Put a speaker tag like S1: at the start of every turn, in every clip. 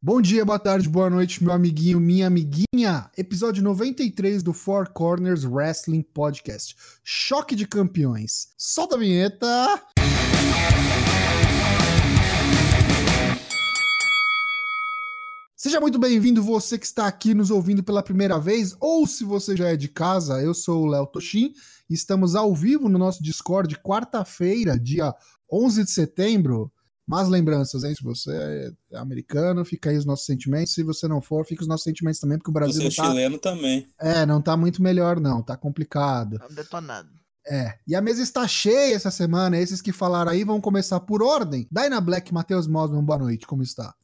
S1: Bom dia, boa tarde, boa noite, meu amiguinho, minha amiguinha. Episódio 93 do Four Corners Wrestling Podcast. Choque de campeões. Solta a vinheta. Seja muito bem-vindo, você que está aqui nos ouvindo pela primeira vez, ou se você já é de casa, eu sou o Léo Toshin e estamos ao vivo no nosso Discord, quarta-feira, dia 11 de setembro. Mas lembranças, hein? Se você é americano, fica aí os nossos sentimentos. Se você não for, fica os nossos sentimentos também, porque o Brasil.
S2: Você é
S1: não tá...
S2: chileno também.
S1: É, não tá muito melhor, não. Tá complicado.
S3: Tá detonado.
S1: É. E a mesa está cheia essa semana. Esses que falaram aí vão começar por ordem. Dyna Black, Matheus Mosman, boa noite. Como está?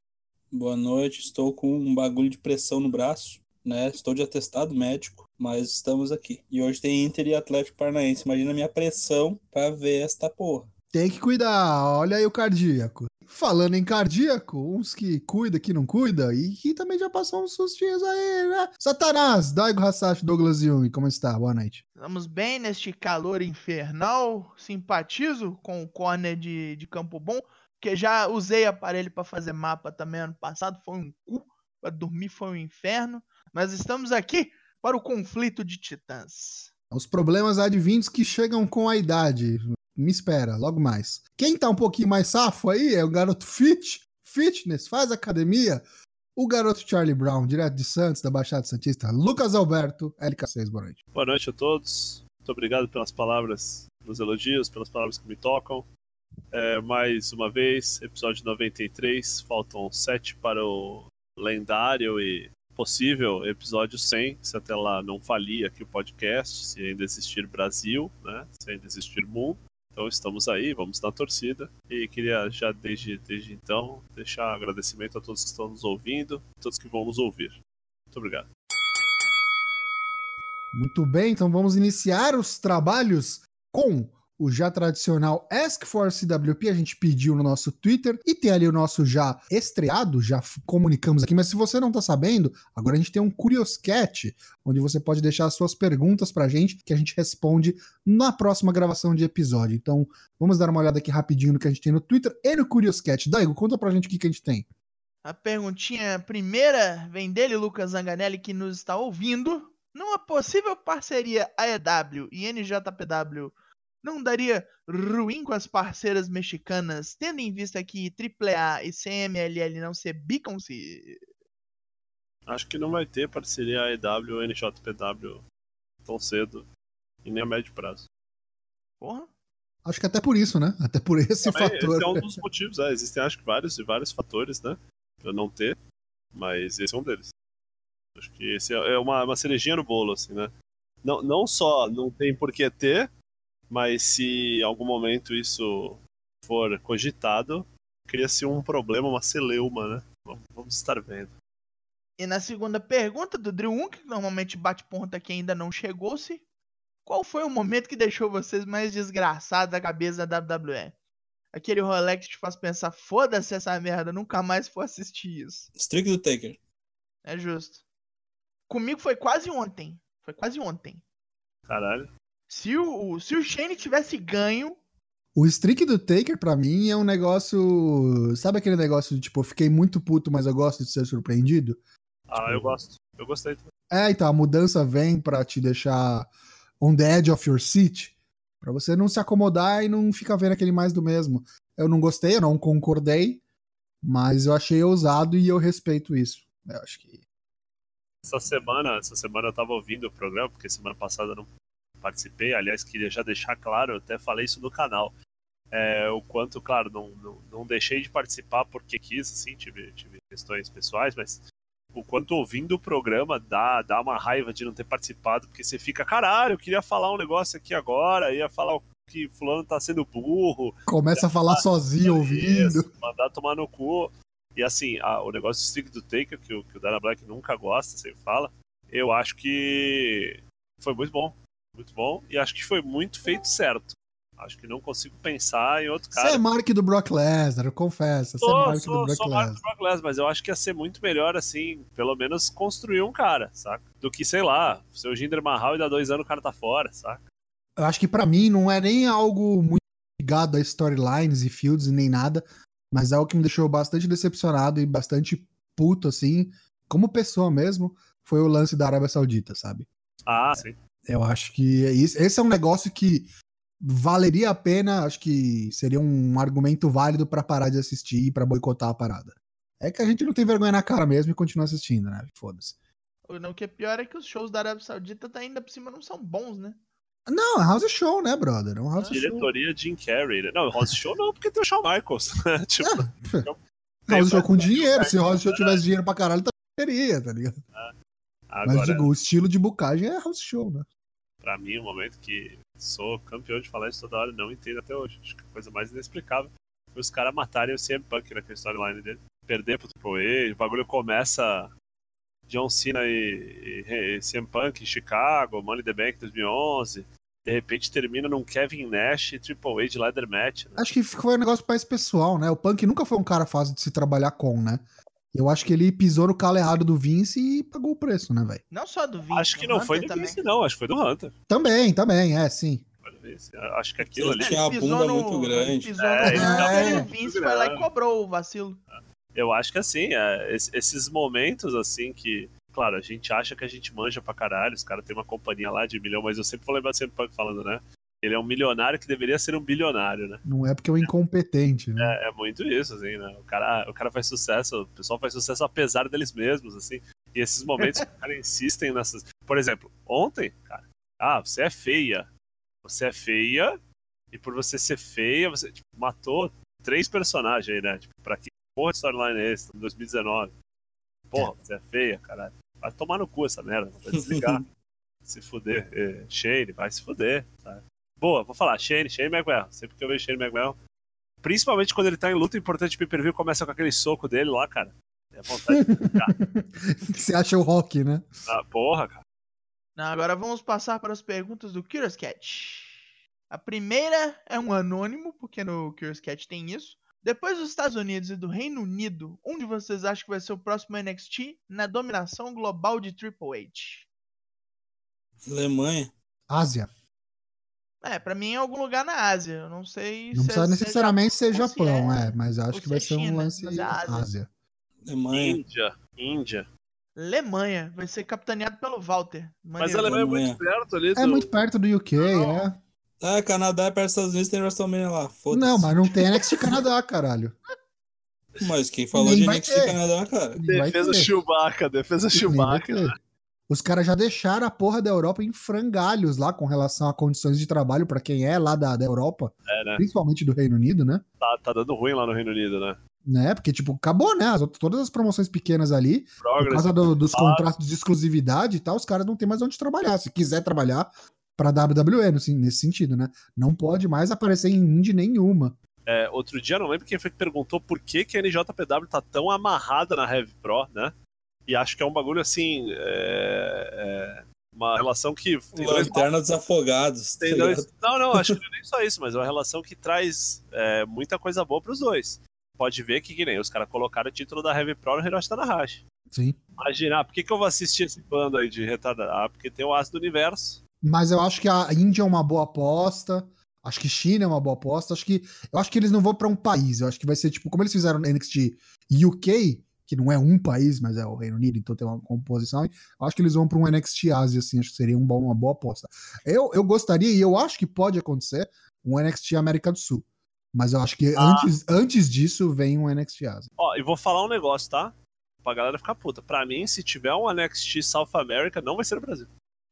S2: Boa noite, estou com um bagulho de pressão no braço, né? Estou de atestado médico, mas estamos aqui. E hoje tem Inter e Atlético Paranaense. Imagina a minha pressão pra ver esta porra.
S1: Tem que cuidar, olha aí o cardíaco. Falando em cardíaco, uns que cuida, que não cuida, e que também já passou uns sustinhos aí, né? Satanás, Daigo Hassashi, Douglas Yumi, como está? Boa noite.
S3: Estamos bem neste calor infernal. Simpatizo com o corner de, de Campo Bom, que já usei aparelho para fazer mapa também ano passado, foi um cu. Para dormir foi um inferno. Mas estamos aqui para o conflito de titãs.
S1: Os problemas advindos que chegam com a idade. Me espera, logo mais. Quem tá um pouquinho mais safo aí é o garoto fit, fitness, faz academia. O garoto Charlie Brown, direto de Santos, da Baixada Santista, Lucas Alberto, LK6, boa noite.
S4: Boa noite a todos. Muito obrigado pelas palavras, pelos elogios, pelas palavras que me tocam. É, mais uma vez, episódio 93. Faltam 7 para o lendário e possível episódio 100, se até lá não falir aqui o podcast, se ainda existir Brasil, né? se ainda existir mundo. Então estamos aí, vamos na torcida. E queria já desde, desde então deixar agradecimento a todos que estão nos ouvindo, todos que vão nos ouvir. Muito obrigado.
S1: Muito bem, então vamos iniciar os trabalhos com o já tradicional Ask for CWP, a gente pediu no nosso Twitter e tem ali o nosso já estreado, já comunicamos aqui, mas se você não tá sabendo, agora a gente tem um Curioscat, onde você pode deixar suas perguntas pra gente, que a gente responde na próxima gravação de episódio. Então, vamos dar uma olhada aqui rapidinho no que a gente tem no Twitter e no Curioscat. Daigo, conta pra gente o que, que a gente tem.
S3: A perguntinha primeira vem dele, Lucas Zanganelli, que nos está ouvindo. Numa possível parceria AEW e NJPW não daria ruim com as parceiras mexicanas, tendo em vista que AAA e CMLL não se bicam-se?
S4: Acho que não vai ter parceria AEW ou NJPW tão cedo e nem a médio prazo.
S3: Porra.
S1: Acho que até por isso, né? Até por esse
S4: Também,
S1: fator.
S4: Esse é um dos motivos, é, existem acho que vários e vários fatores, né? Pra não ter, mas esse é um deles. Acho que esse é uma, uma cerejinha no bolo, assim, né? Não, não só não tem por que ter, mas se em algum momento isso for cogitado, cria-se um problema, uma celeuma, né? Vamos- Vamos estar vendo.
S3: E na segunda pergunta do Drew Unk, que normalmente bate ponta que ainda não chegou-se, qual foi o momento que deixou vocês mais desgraçados da cabeça da WWE? Aquele rolê que te faz pensar, foda-se essa merda, nunca mais vou assistir isso.
S2: Streak do Taker.
S3: É justo. Comigo foi quase ontem. Foi quase ontem.
S4: Caralho.
S3: Se o, se o Shane tivesse ganho,
S1: O streak do Taker, pra mim, é um negócio. Sabe aquele negócio de tipo, eu fiquei muito puto, mas eu gosto de ser surpreendido?
S4: Ah, eu gosto. Eu gostei. também.
S1: É, então, a mudança vem pra te deixar on the edge of your seat, pra você não se acomodar e não ficar vendo aquele mais do mesmo. Eu não gostei, eu não concordei, mas eu achei ousado e eu respeito isso. Eu acho que.
S4: Essa semana, essa semana eu tava ouvindo o programa, porque semana passada eu não participei. Aliás, queria já deixar claro, eu até falei isso no canal. É, o quanto, claro, não, não, não deixei de participar porque quis, assim, tive, tive questões pessoais, mas o quanto ouvindo o programa dá, dá uma raiva de não ter participado, porque você fica, caralho, eu queria falar um negócio aqui agora, ia falar que fulano tá sendo burro,
S1: Começa a falar sozinho ouvindo.
S4: isso, mandar tomar no cu. E assim, a- o negócio de streak do Taker, que o, que o Dana Black nunca gosta, sempre fala, eu acho que foi muito bom. Muito bom. E acho que foi muito feito certo. Acho que não consigo pensar em outro cara.
S1: Você é Mark do Brock Lesnar, eu confesso. Você é
S4: Sou,
S1: Mark do
S4: sou,
S1: Brock
S4: sou Mark
S1: Lesnar.
S4: do Brock Lesnar, mas eu acho que ia ser muito melhor, assim, pelo menos construir um cara, saca? Do que, sei lá, seu Jinder Mahal e dá dois anos o cara tá fora, saca?
S1: eu acho que pra mim não é nem algo muito ligado a storylines e fields e nem nada, mas é algo que me deixou bastante decepcionado e bastante puto, assim, como pessoa mesmo, foi o lance da Arábia Saudita, sabe?
S4: Ah,
S1: É,
S4: sim.
S1: Eu acho que é isso- esse é um negócio que valeria a pena, acho que seria um argumento válido pra parar de assistir e pra boicotar a parada. É que a gente não tem vergonha na cara mesmo e continua assistindo, né? Foda-se.
S3: O que é pior é que os shows da Arábia Saudita tá, ainda por cima não são bons, né?
S1: Não, é house show, né, brother? É um house show.
S4: Diretoria Jim Carrey. né? Não, House Show não, porque tem o Shawn Michaels. tipo,
S1: É, house show com dinheiro. Se house show tivesse dinheiro pra caralho, também teria, tá ligado? Mas
S4: agora,
S1: digo, o estilo de bucagem é house show, né?
S4: pra mim, o momento que sou campeão de falar isso toda hora, não entendo até hoje. Acho que é a coisa mais inexplicável foi os caras matarem o CM Punk naquele storyline dele. Perder pro Triple A, o bagulho começa John Cena e, e- e CM Punk em Chicago, Money in the Bank 2011. De repente termina num Kevin Nash e Triple A de Leather Match. Né?
S1: Acho que foi um negócio mais pessoal, né? O Punk nunca foi um cara fácil de se trabalhar com, né? Eu acho que ele pisou no calo errado do Vince e pagou o preço, né, velho?
S3: Não só do Vince.
S4: Acho que
S3: do
S4: não foi
S3: Hunter
S4: do
S3: também.
S4: Vince, não. Acho que foi do Hunter.
S1: Também, também, é, sim.
S4: Olha isso. Acho que aquilo ali.
S3: É,
S2: Tinha uma
S3: ele pisou
S2: bunda
S3: no-
S2: muito grande.
S3: Pisou
S4: É,
S1: ele
S3: no
S1: tá
S3: Hunter e
S1: bem.
S3: o Vince foi lá e cobrou o vacilo.
S4: Eu acho que assim, é, es- esses momentos assim que, claro, a gente acha que a gente manja pra caralho, os caras têm uma companhia lá de milhão, mas eu sempre vou lembrar sempre Punk falando, né? Ele é um milionário que deveria ser um bilionário, né?
S1: Não é porque é um incompetente, né?
S4: É, é muito isso, assim, né? O cara, o cara faz sucesso, o pessoal faz sucesso apesar deles mesmos, assim. E esses momentos que o cara insistem nessas. Por exemplo, ontem, cara, ah, você é feia. Você é feia, e por você ser feia, você tipo, matou três personagens aí, né? Tipo, pra que porra de storyline é esse? 2019. Porra, você é feia, caralho. Vai tomar no cu essa merda, vai desligar. se fuder. É, Shane, vai se fuder. Sabe? Boa, vou falar, Shane, Shane McMahon. Sempre que eu vejo Shane McMahon, principalmente quando ele tá em luta importante de pay começa com aquele soco dele lá, cara. É vontade de ficar.
S1: Você acha o rock, né?
S4: Ah, porra, cara.
S3: Não, agora vamos passar para as perguntas do Curious Cat. A primeira é um anônimo, porque no Curious Cat tem isso. Depois dos Estados Unidos e do Reino Unido, onde vocês acham que vai ser o próximo NXT na dominação global de Triple
S2: Alemanha.
S1: Ásia.
S3: H? É, pra mim é algum lugar na Ásia. Eu não sei
S1: Não
S3: se
S1: precisa
S3: se é
S1: necessariamente ser
S3: ou se
S1: Japão,
S3: é-
S1: é, mas acho
S3: ou
S1: que vai
S3: se é
S1: ser um
S3: China,
S1: lance
S3: mas é Ásia.
S1: Ásia.
S3: É.
S2: Alemanha.
S4: Índia, Índia.
S3: Alemanha. Vai ser capitaneado pelo Walter.
S4: Mas
S3: Maneiro.
S4: a Alemanha é
S2: Alemanha.
S4: muito perto ali do.
S1: É muito perto do UK, é.
S2: Ah, Canadá é perto dos Estados Unidos, tem WrestleMania lá. Foda-se.
S1: Não, mas não tem NXT Canadá, caralho.
S2: Mas quem falou
S1: Nem
S2: de
S1: vai
S2: NXT
S1: ter.
S2: Canadá, cara?
S1: Não vai
S4: Defesa
S1: ter.
S4: Chewbacca, defesa
S1: Nem vai
S4: Chewbacca.
S1: ter. Os caras já deixaram a porra da Europa em frangalhos lá com relação a condições de trabalho pra quem é lá da, da Europa,
S4: É, né?
S1: principalmente do Reino Unido, né?
S4: Tá, tá dando ruim lá no Reino Unido, né?
S1: Né? Porque, tipo, acabou, né? As outras- todas as promoções pequenas ali, por
S4: Progress.
S1: causa do- dos
S4: Ah.
S1: contratos de exclusividade e tal, os caras não tem mais onde trabalhar. Se quiser trabalhar pra WWE, no sen- nesse sentido, né? Não pode mais aparecer em indie nenhuma.
S4: É, outro dia, não lembro quem foi que perguntou por que, que a NJPW tá tão amarrada na Heavy Pro, né? E acho que é um bagulho assim. É, é, uma relação que. Tem dois
S2: Lanterna dos Afogados. tá
S4: Tem
S2: ligado?
S4: dois- Não, não, acho que não é nem só isso, mas é uma relação que traz é, muita coisa boa pros dois. Pode ver que, que nem os caras colocaram o título da Heavy Pro no Hiroshi Tanahashi.
S1: Sim.
S4: Imagina, ah, por que, que eu vou assistir esse bando aí de retardado? Ah, porque tem o Aço do Universo.
S1: Mas eu acho que a Índia é uma boa aposta. Acho que China é uma boa aposta. Acho que eu acho que eles não vão pra um país. Eu acho que vai ser tipo como eles fizeram no NXT UK, que não é um país, mas é o Reino Unido, então tem uma composição. Eu acho que eles vão pra um NXT Ásia assim, acho que seria um bom- uma boa aposta. Eu, eu gostaria e eu acho que pode acontecer um NXT América do Sul. Mas eu acho que
S4: Ah.
S1: antes, antes disso vem um NXT Ásia.
S4: Ó, e vou falar um negócio, tá? Pra galera ficar puta. Pra mim, se tiver um NXT South America, não vai ser no Brasil.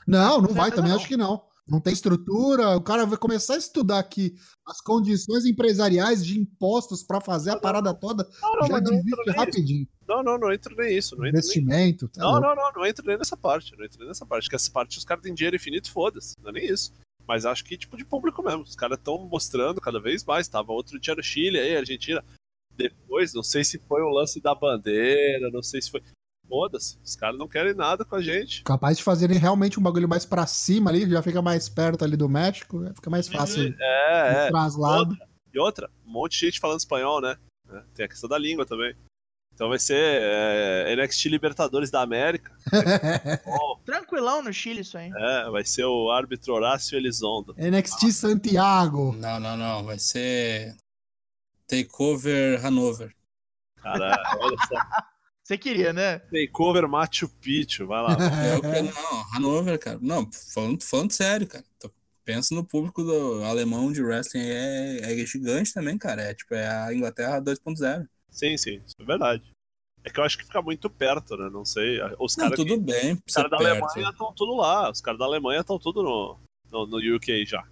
S1: Não, não
S3: Com
S4: é
S1: vai
S3: certeza
S1: também,
S3: não.
S1: acho que não. Não tem estrutura, o cara vai começar a estudar aqui as condições empresariais de impostos pra fazer a parada toda,
S4: Não, não,
S1: já
S4: mas não entro
S1: desiste
S4: nem nisso.
S1: rapidinho.
S4: Não, não, não entro nem isso. Não entro nem...
S1: Investimento, tá
S4: Não,
S1: louco.
S4: não, não, não entro nem nessa parte. Não entro nem nessa parte. Que essa parte os caras têm dinheiro infinito, foda-se. Não é nem isso. Mas acho que, tipo, de público mesmo. Os caras estão mostrando cada vez mais. Tava outro dia no Chile, aí, Argentina. Depois, não sei se foi o lance da bandeira, não sei se foi. Foda-se. Os caras não querem nada com a gente.
S1: Capaz de fazerem realmente um bagulho mais pra cima ali, já fica mais perto ali do México, né? fica mais fácil
S4: É,
S1: o
S4: é.
S1: traslado.
S4: E outra, um monte de gente falando espanhol, né? É, Tem a questão da língua também. Então vai ser é, NXT Libertadores da América.
S3: Tranquilão no Chile isso aí.
S4: É, vai ser o árbitro Horácio Elizondo.
S1: NXT Santiago.
S2: Não, não, não. Vai ser Takeover Hanover.
S4: Cara, olha só.
S3: Você queria, né?
S4: Takeover Machu Picchu, vai lá.
S2: É o que- não, Hanover, cara. Não, falando, falando sério, cara. Tô- Pensa no público do alemão de wrestling aí, é, é gigante também, cara. É tipo, é a Inglaterra 2.0.
S4: Sim, sim, isso é verdade. É que eu acho que fica muito perto, né? Não sei. Os
S2: Não,
S4: caras
S2: tudo
S4: que-
S2: bem,
S4: os
S2: precisa
S4: caras da
S2: perto.
S4: Alemanha estão tudo lá. Os caras da Alemanha estão tudo no, no, no UK já.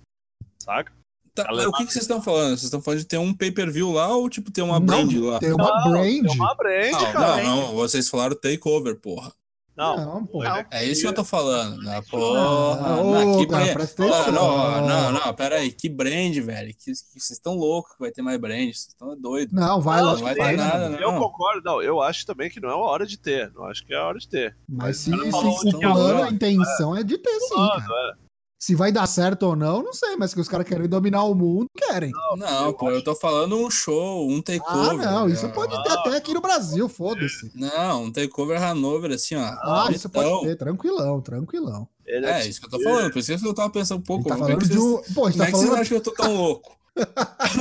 S4: Saca?
S2: Tá, mas o que, que vocês estão falando? Vocês estão falando de ter um pay-per-view lá ou tipo ter uma
S1: Não,
S2: brand lá?
S1: Tem uma
S4: Não,
S1: brand.
S4: É uma brand,
S2: Não,
S4: cara.
S2: não, não, vocês falaram takeover, porra.
S4: Não,
S1: Não, Ah, pô.
S4: ele
S2: É isso que eu tô falando. né?
S1: Ah,
S2: porra,
S1: ô,
S2: não, que
S1: cara,
S2: brand-
S1: presta
S2: Não,
S1: atenção.
S2: não, não, não, pera aí, que brand, velho. Que que vocês estão loucos que vai ter mais brand, vocês estão doidos.
S1: Não, vai,
S4: Não,
S1: lógico
S2: não
S1: que vai.
S2: vai ter
S1: né?
S2: nada, né?
S4: Eu
S2: Não.
S4: concordo, não. Eu acho também que não é uma hora de ter. Não acho que é a hora de ter.
S1: Mas se,
S4: Cara,
S1: se
S4: falou é
S1: o
S4: ontem,
S1: plano,
S2: agora.
S1: a intenção é de ter sim,
S4: Mano,
S1: cara. Se vai dar certo ou não, não sei, mas que os caras querem dominar o mundo, querem.
S2: Não,
S4: eu
S2: pô, eu tô falando um show, um
S1: Ah,
S2: takeover.
S1: não, isso
S2: né?
S1: pode ter até aqui no Brasil, foda-se.
S2: Não, um takeover Hanover, assim, ó.
S1: Ah, isso pode
S2: então-
S1: ter, tranquilão, tranquilão.
S4: é, ele
S2: É, isso que eu tô falando, por isso que eu tava pensando um
S1: A gente
S2: pouco.
S1: tá
S2: como é que
S1: falando de
S2: vocês-
S1: um. Pô, a gente
S2: Como
S1: tá
S2: é que vocês
S1: falando.
S2: acham que eu tô tão louco?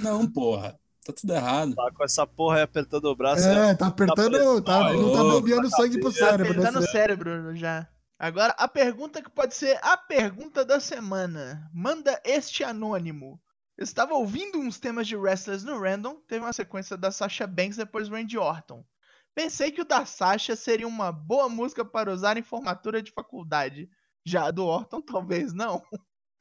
S2: não, porra. Tá tudo errado.
S4: tá com essa porra aí apertando o braço.
S1: É, tá apertando. Tá,
S4: Ah,
S1: não tá
S2: ô,
S1: bombeando sangue pro
S3: Tá
S1: cérebro. né?
S3: apertando o cérebro já. Agora, a pergunta que pode ser a pergunta da semana. Manda este anônimo. Eu estava ouvindo uns temas de wrestlers no Random, teve uma sequência da Sasha Banks depois Randy Orton. Pensei que o da Sasha seria uma boa música para usar em formatura de faculdade. Já a do Orton, talvez não.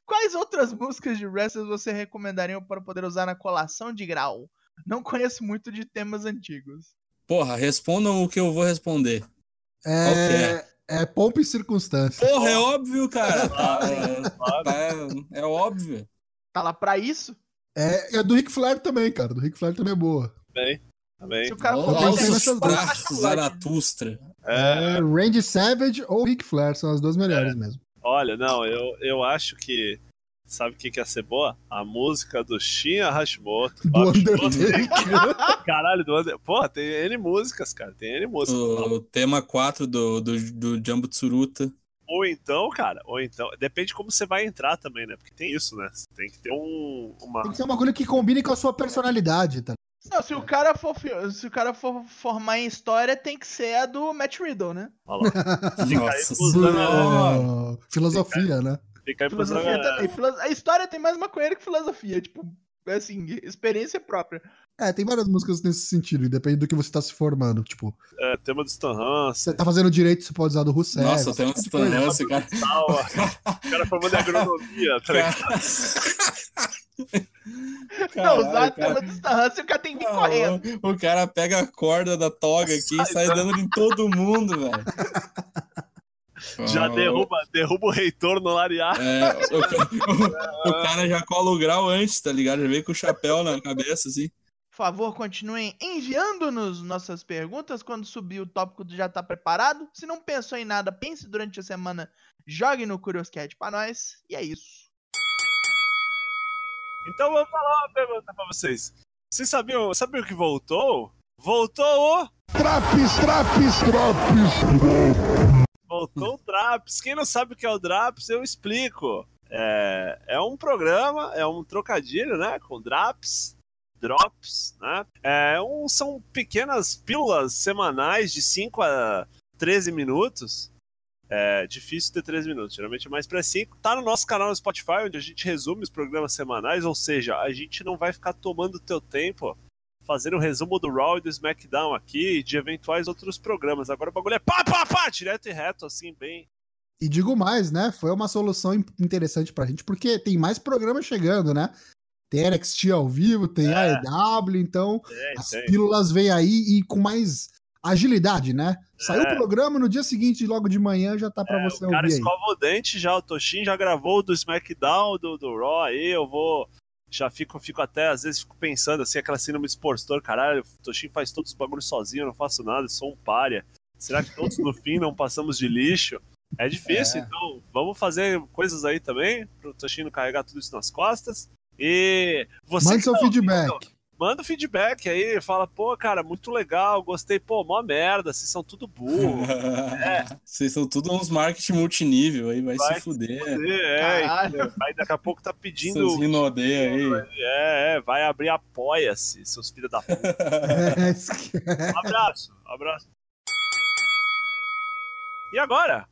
S3: Quais outras músicas de wrestlers você recomendaria para poder usar na colação de grau? Não conheço muito de temas antigos.
S2: Porra, respondam o que eu vou responder. Qual que
S1: É, é pompa e circunstância.
S2: Porra, é óbvio, cara. Tá, tá, é, é óbvio.
S3: Tá lá pra isso?
S1: É, é do Ric Flair também, cara. Do Ric Flair também é boa.
S4: Também.
S3: Se o cara
S1: Ó,
S3: for
S1: ó,
S3: pensar
S1: os
S3: nessas duas
S2: braços,
S3: faculdades,
S2: Zaratustra.
S4: É,
S1: É, Randy Savage ou Ric Flair são as duas
S2: É.
S1: melhores mesmo.
S4: olha, não, eu, eu acho que. Sabe o que que ia ser boa? A música do Shinha Hashimoto.
S1: Do
S4: Ó,
S1: Undertaker.
S4: Caralho, do Under... Porra, tem N músicas, cara. Tem N músicas.
S2: O tema 4 do, do, do Jumbo Tsuruta.
S4: Ou então, cara, ou então. Depende como você vai entrar também, né? Porque tem isso, né? Você tem que ter um. Uma...
S1: Tem que ser uma coisa que combine com a sua personalidade, tá?
S3: Não, se o cara for fi- se o cara for formar em história, tem que ser a do Matt Riddle, né?
S4: Olha lá.
S2: Nossa
S4: usando-
S2: senhora.
S1: Ah, filosofia, né?
S4: Fica
S2: É,
S4: aí pensando.
S3: Filosofia também. Filo- A história tem mais maconheiro que filosofia, tipo, assim, experiência própria.
S1: É, tem várias músicas nesse sentido, e depende do que você tá se formando. Tipo,
S4: É, tema do Stan Hans,
S1: você tá fazendo direito, você pode usar do Rousseff.
S2: Nossa, tem uma distância, cara.
S4: tal. O cara formando em agronomia, tá ligado?
S3: não, é usar
S2: Caralho, cara. Tá
S3: a tela do Star Wars, o cara tem que vir correndo.
S2: O cara pega a corda da toga aqui e sai dando em todo mundo, velho.
S4: Já
S2: Ah,
S4: derruba, derruba o reitor no lariar.
S2: É, o, ca- o cara já cola o grau antes, tá ligado? Já veio com o chapéu na cabeça, assim.
S3: Por favor, continuem enviando-nos nossas perguntas quando subir o tópico do já tá preparado. Se não pensou em nada, pense durante a semana, jogue no Curioscat pra nós. E é isso.
S4: Então vou falar uma pergunta pra vocês. Vocês sabiam, sabiam que voltou? Voltou o.
S1: Traps, traps, traps.
S4: Voltou o Draps. Quem não sabe o que é o Draps, eu explico. É, é um programa, é um trocadilho, né? Com Draps, Drops, né? É um, são pequenas pílulas semanais de 5 a 13 minutos. É difícil ter 13 minutos, geralmente é mais pra 5. Tá no nosso canal no Spotify, onde a gente resume os programas semanais, ou seja, a gente não vai ficar tomando teu tempo fazendo o resumo do Raw e do SmackDown aqui, e de eventuais outros programas. Agora o bagulho é pá, pá, pá, direto e reto, assim, bem.
S1: E digo mais, né? Foi uma solução in- interessante pra gente, porque tem mais programas chegando, né? Tem NXT ao vivo, tem AEW, então
S4: É,
S1: as
S4: tem.
S1: pílulas veio aí e com mais agilidade, né? Saiu
S4: É.
S1: o programa, no dia seguinte, logo de manhã, já tá pra você
S4: O cara
S1: ouvir aí.
S4: escova o dente já, o Toshin já gravou o do SmackDown, do, do Raw, aí eu vou. Já fico, fico até, às vezes, fico pensando assim, aquela síndrome de expostor, caralho, o Toshin faz todos os bagulhos sozinho, eu não faço nada, eu sou um pária. Será que todos no fim não passamos de lixo? É difícil,
S2: É.
S4: então vamos fazer coisas aí também, pro Toshin não carregar tudo isso nas costas. E você.
S1: Mande
S4: que
S1: seu
S4: tá ouvindo,
S1: feedback.
S4: manda o feedback aí, fala, pô, cara, muito legal, gostei, pô, mó merda, vocês são tudo burro.
S2: Vocês são tudo uns marketing multinível aí, vai,
S4: Vai se
S2: se fuder.
S4: é, é,
S3: Caralho.
S4: aí daqui a pouco tá
S2: Seus
S4: pedindo,
S2: rinodeios aí.
S4: é, é, vai abrir apoia-se, seus filhos da puta.
S1: É, esque-
S4: Um abraço, Abraço. E agora?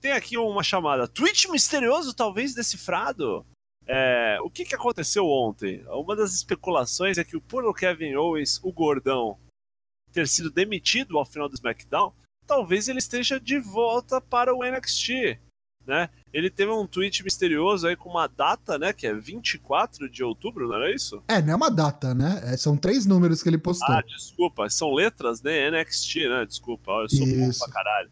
S4: Tem aqui uma chamada. Tweet misterioso, talvez decifrado. É, o que, que aconteceu ontem? Uma das especulações é que o puro Kevin Owens, o gordão, ter sido demitido ao final do SmackDown, talvez ele esteja de volta para o NXT. Né? Ele teve um tweet misterioso aí com uma data, né? Que é 24 de outubro, não era isso?
S1: É, não é uma data, né? É, são três números que ele postou.
S4: Ah, desculpa, são letras, né? NXT, né? Desculpa, eu sou burro
S1: Isso.
S4: pra caralho.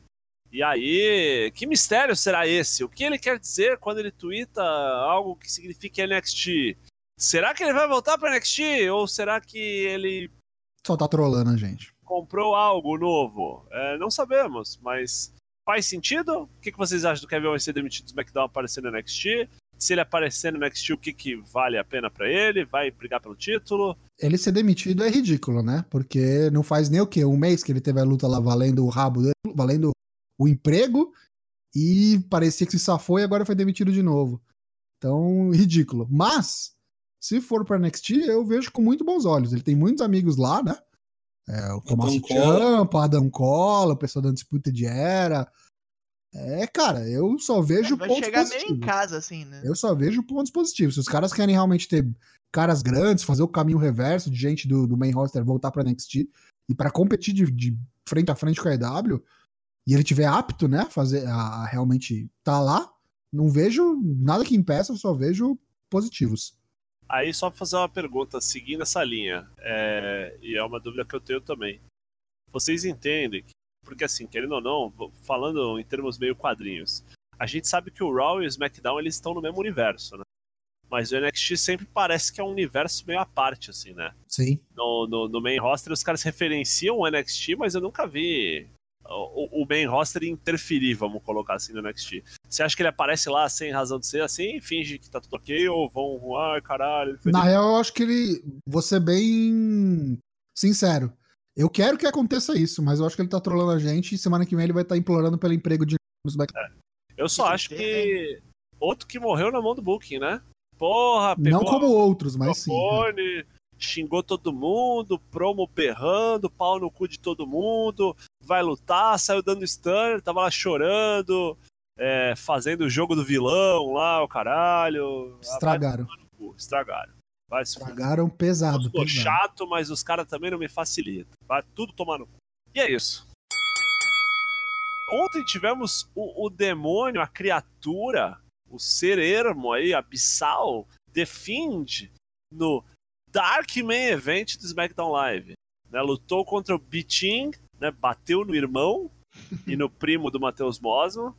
S4: E aí, que mistério será esse? O que ele quer dizer quando ele twitta algo que significa NXT? Será que ele vai voltar pra NXT? Ou será que ele
S1: Só tá trolando a gente.
S4: comprou algo novo? É, não sabemos, mas faz sentido? O que que vocês acham do Kevin Owens ser demitido do SmackDown aparecendo no NXT? Se ele aparecer no NXT, o que, que vale a pena pra ele? Vai brigar pelo título?
S1: Ele ser demitido é ridículo, né? Porque não faz nem o quê? Um mês que ele teve a luta lá valendo o rabo dele, valendo o emprego, e parecia que se safou e agora foi demitido de novo. Então, ridículo. Mas, se for pra NXT, eu vejo com muito bons olhos. Ele tem muitos amigos lá, né? É, o Tomás
S2: Cola.
S1: Champa, Adam Cola, o pessoal da disputa de era. É, cara, eu só vejo
S3: É, vai
S1: pontos
S3: chegar meio em
S1: positivos.
S3: casa, assim, né?
S1: Eu só vejo pontos positivos. Se os caras querem realmente ter caras grandes, fazer o caminho reverso de gente do, do main roster voltar pra NXT e pra competir de, de frente a frente com a EW, e ele tiver apto, né, fazer a, a realmente tá lá, não vejo nada que impeça, eu só vejo positivos.
S4: Aí só pra fazer uma pergunta, seguindo essa linha, é, e é uma dúvida que eu tenho também. Vocês entendem, que- porque assim, querendo ou não, v- falando em termos meio quadrinhos, a gente sabe que o Raw e o SmackDown eles estão no mesmo universo, né? Mas o NXT sempre parece que é um universo meio à parte, assim, né?
S1: Sim.
S4: no, no, no main roster, os caras referenciam o NXT, mas eu nunca vi o, o main roster interferir, vamos colocar assim, no NXT. Você acha que ele aparece lá sem razão de ser assim, finge que tá tudo ok, ou vão, ai caralho, ele fez
S1: Na real, eu acho que ele. Vou ser bem sincero. Eu quero que aconteça isso, mas eu acho que ele tá trolando a gente e semana que vem ele vai estar implorando pelo emprego de nos back-
S4: Eu só acho
S1: né?
S4: que outro que morreu na mão do Booking, né? Porra, pegou
S1: Não como outros,
S4: o
S1: mas sim. né?
S4: microfone, xingou todo mundo, promo berrando, pau no cu de todo mundo, vai lutar, saiu dando stunner, tava lá chorando, é, fazendo o jogo do vilão lá, o caralho.
S1: Estragaram.
S4: Ah, vai no cu, estragaram. Vai se fuder.
S1: Estragaram pesado.
S4: Eu sou
S1: pesado.
S4: chato, mas os caras também não me facilitam. Vai tudo tomar no cu. E é isso. Ontem tivemos o, o demônio, a criatura, o ser ermo aí, abissal, The Fiend, no Dark Main Event do SmackDown Live. Né, lutou contra o Biting, né, bateu no irmão e no primo do Matheus Mosman.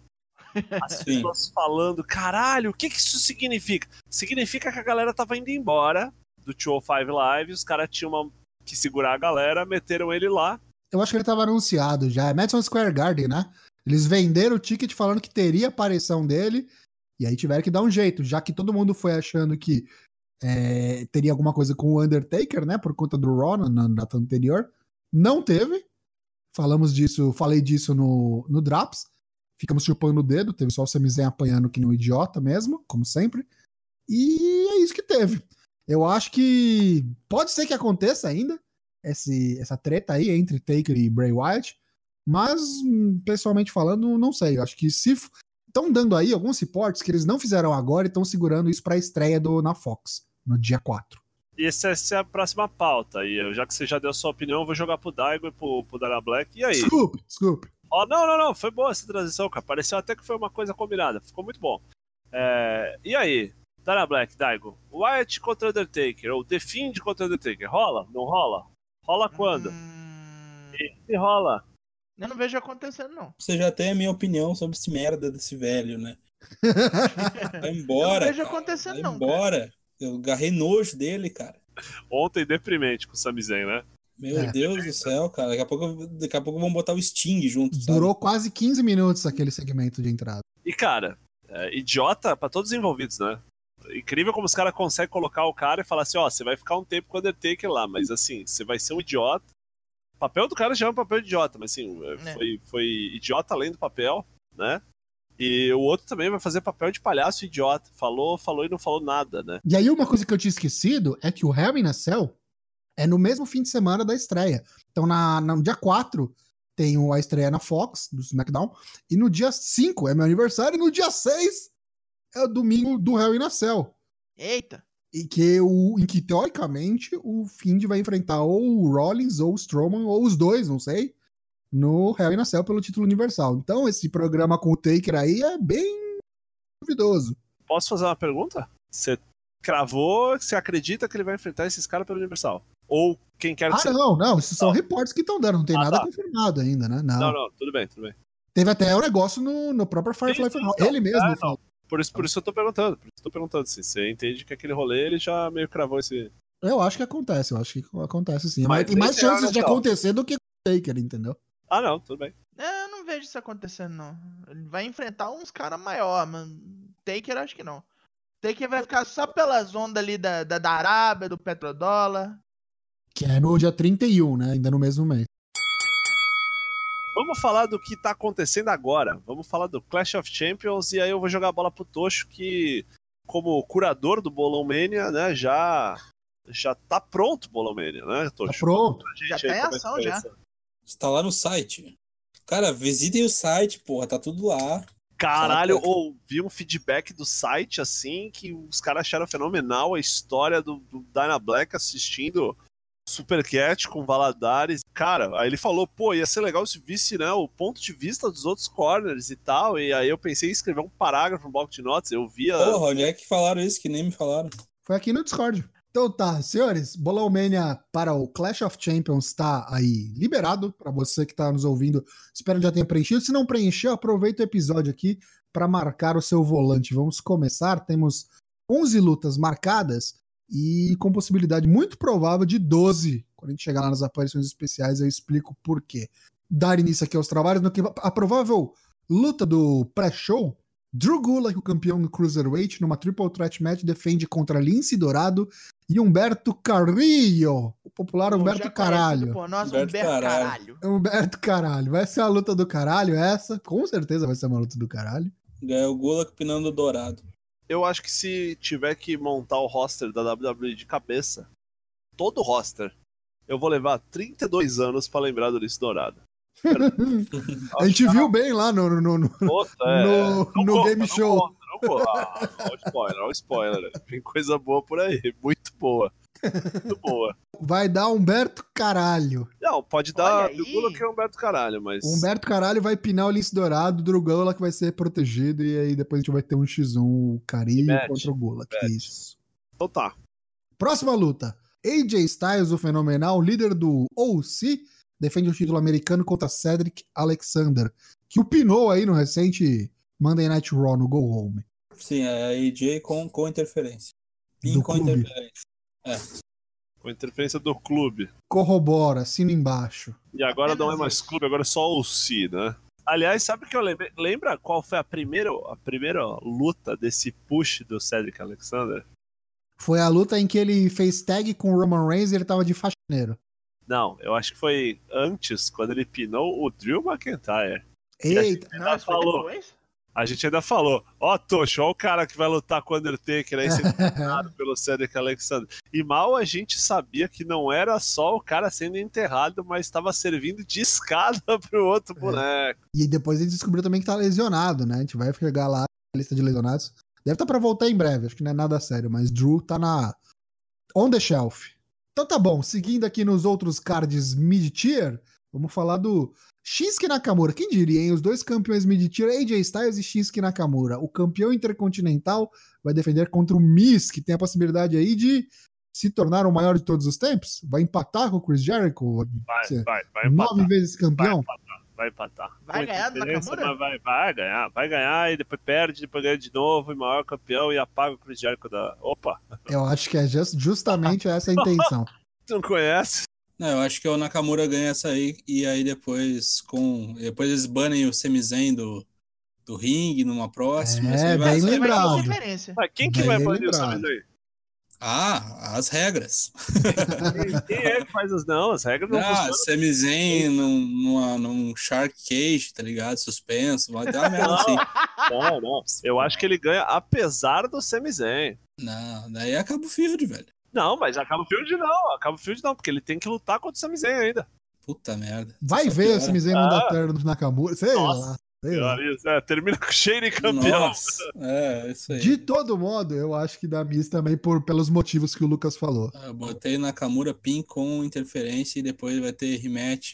S4: As
S2: Sim.
S4: pessoas falando, caralho, o que, que isso significa? Significa que a galera tava indo embora do 205 Live, os caras tinham uma- que segurar a galera, meteram ele lá.
S1: Eu acho que ele tava anunciado já. É Madison Square Garden, né? Eles venderam o ticket falando que teria a aparição dele. E aí tiveram que dar um jeito, já que todo mundo foi achando que é, teria alguma coisa com o Undertaker, né? Por conta do Raw na- na data anterior. Não teve. Falamos disso, falei disso no, no Draps. Ficamos chupando o dedo, teve só o Samizen apanhando que não idiota mesmo, como sempre. E é isso que teve. Eu acho que pode ser que aconteça ainda esse- essa treta aí entre Taker e Bray Wyatt. Mas, hum, pessoalmente falando, não sei. Eu acho que se. Estão dando aí alguns reportes que eles não fizeram agora e estão segurando isso pra estreia do, na Fox, no dia 4.
S4: E essa, essa é a próxima pauta. E eu- já que você já deu a sua opinião, eu vou jogar pro Daigo e pro, pro Dana Black. E aí?
S1: Desculpe, desculpe.
S4: Ó, não, não, não, foi boa essa transição, cara. Pareceu até que foi uma coisa combinada, ficou muito bom. É, E aí, Dana Black, Daigo, Wyatt contra Undertaker, ou The Fiend contra Undertaker, rola? Não rola? Rola quando?
S3: Hum,
S4: Se rola.
S3: eu não vejo acontecendo, não.
S2: Você já tem a minha opinião sobre esse merda desse velho, né? Vai embora.
S3: Eu não vejo
S2: cara.
S3: acontecendo,
S2: Vai
S3: não,
S2: embora. Eu agarrei nojo dele, cara.
S4: Ontem deprimente com o Sami Zayn, né?
S2: Meu
S1: É.
S2: Deus do céu, cara. Daqui a pouco, eu- daqui a pouco vão botar o Sting junto, sabe?
S1: Durou quase 15 minutos aquele segmento de entrada.
S4: E, cara, é, idiota pra todos os envolvidos, né? Incrível como os caras conseguem colocar o cara e falar assim, ó, você vai ficar um tempo com o Undertaker lá, mas assim, você vai ser um idiota. O papel do cara já é um papel de idiota, mas assim,
S3: É.
S4: foi, foi idiota além do papel, né? E o outro também vai fazer papel de palhaço idiota. Falou, falou e não falou nada, né?
S1: E aí, uma coisa que eu tinha esquecido é que o Hell in a Cell é no mesmo fim de semana da estreia. Então, na, na- no dia 4, tenho a estreia na Fox, do SmackDown. E no dia 5 é meu aniversário, e no dia 6 é o domingo do Hell in a Cell.
S3: Eita!
S1: E que o, em que, teoricamente, o Find vai enfrentar ou o Rollins, ou o Strowman, ou os dois, não sei, no Hell in a Cell pelo título universal. Então, esse programa com o Taker aí é bem duvidoso.
S4: Posso fazer uma pergunta? Você cravou, você acredita que ele vai enfrentar esses caras pelo Universal? Ou quem quer que
S1: Ah,
S4: você...
S1: não, não, isso são
S4: Não.
S1: reportes que estão dando, não tem
S4: Ah,
S1: nada
S4: tá.
S1: confirmado ainda, né? Não.
S4: Não, não, tudo bem, tudo bem.
S1: Teve até o negócio no, no próprio Firefly
S4: Sim,
S1: Funhouse.
S4: não.
S1: Ele mesmo
S4: Ah, não.
S1: falou.
S4: Por
S3: Então.
S4: isso, por isso eu tô perguntando. Por isso eu tô perguntando assim. Você entende que aquele rolê ele já meio cravou esse.
S1: Eu acho que acontece, eu acho que acontece sim.
S4: Mas
S1: Mas, tem
S4: nem
S1: mais
S4: será
S1: chances de
S4: legal.
S1: acontecer do que com o Taker, entendeu?
S4: Ah, não, tudo bem.
S3: É, Eu não vejo isso acontecendo, não. Ele vai enfrentar uns caras maior, mano. Taker, acho que não. Taker vai ficar só pelas ondas ali da, da, da Arábia, do Petrodólar.
S1: Que é no dia 31, né? Ainda no mesmo mês.
S4: Vamos falar do que tá acontecendo agora. Vamos falar do Clash of Champions e aí eu vou jogar a bola pro Tocho que, como curador do Bolão Mania, né, já. Já tá pronto o Bolão Mania, né,
S1: Tá
S4: Tocho?
S1: pronto?
S4: Pra gente
S3: Já
S4: aí,
S3: tá em
S4: como é que
S3: ação,
S4: foi
S3: já.
S4: essa-
S2: Está Tá lá no site. Cara, visitem o site, porra, tá tudo lá.
S4: Caralho,
S2: Sabe?
S4: ouvi um feedback do site assim que os caras acharam fenomenal a história do, do Dyna Black assistindo Supercat com Valadares. Cara, aí ele falou, pô, ia ser legal se visse, né, o ponto de vista dos outros corners e tal. E aí eu pensei em escrever um parágrafo no bloco de notas. Eu via.
S2: Porra, onde é que falaram isso que nem me falaram?
S1: Foi aqui no Discord. Então tá, senhores, Bolão Mania para o Clash of Champions tá aí liberado para você que tá nos ouvindo. Espero que já tenha preenchido. Se não preencheu, aproveita o episódio aqui para marcar o seu volante. Vamos começar. Temos 11 lutas marcadas e com possibilidade muito provável de 12. Quando a gente chegar lá nas aparições especiais, eu explico por quê. Dar início aqui aos trabalhos no que a provável luta do pré-show Drew Gulak, o campeão do Cruiserweight, numa Triple Threat Match, defende contra Lince Dourado e Humberto Carrillo, o popular
S3: Ou
S1: Humberto
S3: já conhecido
S1: Caralho.
S3: Por nós,
S2: Humberto
S3: Humberto,
S2: Caralho.
S3: Caralho.
S1: É um Humberto Caralho. Vai ser a luta do caralho essa? Com certeza vai ser uma luta do caralho.
S2: Ganhou o Gulak pinando o dourado.
S4: Eu acho que se tiver que montar o roster da WWE de cabeça, todo o roster, eu vou levar 32 anos pra lembrar do Lice Dourado.
S1: A gente viu bem lá no, no, no- no-
S4: Puta, é.
S1: no-
S4: Não
S1: no
S4: conta,
S1: game
S4: não
S1: show.
S4: conta, não conta. Ah, olha o spoiler, olha o spoiler. Tem coisa boa por aí, muito boa. Muito boa.
S1: Vai dar Humberto Caralho.
S4: Não, pode
S3: Olha
S4: dar
S3: aí.
S4: Bigula que é Humberto Caralho, mas.
S1: O Humberto Caralho vai pinar o Lince Dourado, o Drew Gulak vai ser protegido e aí depois a gente vai ter um X1, o Carrillo
S4: Match,
S1: contra o Gulak.
S4: match.
S1: Isso.
S4: Então tá.
S1: Próxima luta. AJ Styles, o fenomenal líder do OC, defende o título americano contra Cedric Alexander, que o pinou aí no recente Monday Night Raw no Go Home.
S2: Sim, é AJ com, com interferência. Pin
S1: Do
S2: com
S1: clube.
S2: interferência.
S4: Com a interferência do clube.
S1: Corrobora, assina embaixo.
S4: E agora não é
S3: Apenas
S4: mais
S3: isso.
S4: clube, agora é só o Si, né? Aliás, sabe o que eu lembrei? Lembra qual foi a primeira, a primeira luta desse push do Cedric Alexander?
S1: Foi a luta em que ele fez tag com o Roman Reigns e ele tava de faxineiro.
S4: Não, eu acho que foi antes, quando ele pinou o Drew McIntyre.
S1: Eita,
S4: Ainda
S3: isso foi
S4: falou.
S3: depois?
S4: A gente ainda falou, ó, Tocho, ó o cara que vai lutar com o Undertaker aí, você enterrado pelo Cedric Alexander. E mal a gente sabia que não era só o cara sendo enterrado, mas estava servindo de escada pro outro
S1: É.
S4: boneco.
S1: e depois ele descobriu também que tá lesionado, né? A gente vai chegar lá na lista de lesionados. Deve estar tá pra voltar em breve, acho que não é nada sério, mas Drew tá na. On the shelf. Então tá bom, seguindo aqui nos outros cards mid-tier, vamos falar do Shinsuke Nakamura. Quem diria, hein? Os dois campeões mid-tier, AJ Styles e Shinsuke Nakamura. O campeão intercontinental vai defender contra o Miz, que tem a possibilidade aí de se tornar o maior de todos os tempos. Vai empatar com o Chris Jericho,
S4: Vai,
S1: Sim.
S4: vai, vai
S1: nove
S4: empatar.
S1: vezes
S4: Vai
S1: campeão.
S4: empatar, vai empatar.
S3: Vai ganhar do
S4: diferença,
S3: Nakamura?
S4: mas Vai, vai ganhar, vai ganhar e depois perde, depois ganha de novo e maior campeão e apaga o Chris Jericho da. Opa,
S1: Eu acho que é just- justamente essa a intenção.
S4: tu não conhece?
S2: Não, eu acho que o Nakamura ganha essa aí e aí depois com. Depois eles banem o Semizen do, do ringue numa próxima.
S1: É,
S2: isso aí vai-
S1: bem
S2: isso aí vai-
S1: lembrado.
S3: Vai ter interferência.
S4: Mas quem que
S1: Bem
S4: vai banir o
S1: lembrado.
S4: Sami Zayn?
S2: Ah, as regras.
S4: Quem- Quem é que faz as não? As regras não
S2: Ah,
S4: funcionam.
S2: Semizen num, numa- num Shark Cage, tá ligado? Suspenso. Vai dar uma merda assim.
S4: Não, não. Eu acho que ele ganha apesar do Sami Zayn.
S2: Não, daí acaba o field, velho.
S4: Não, mas acaba o Field não, acaba o Field não, porque ele tem que lutar contra o Sami Zayn ainda.
S2: Puta merda.
S1: Vai
S2: Só
S1: ver
S2: piora.
S1: se Mizen não dá
S4: Ah.
S1: terra no Nakamura. Sei
S4: Nossa.
S1: lá. sei lá.
S4: É, termina com Shane campeão.
S2: Nossa, é, isso aí.
S1: De todo modo, eu acho que dá Miz também por, pelos motivos que o Lucas falou.
S2: Ah, botei Nakamura Pin com interferência e depois vai ter rematch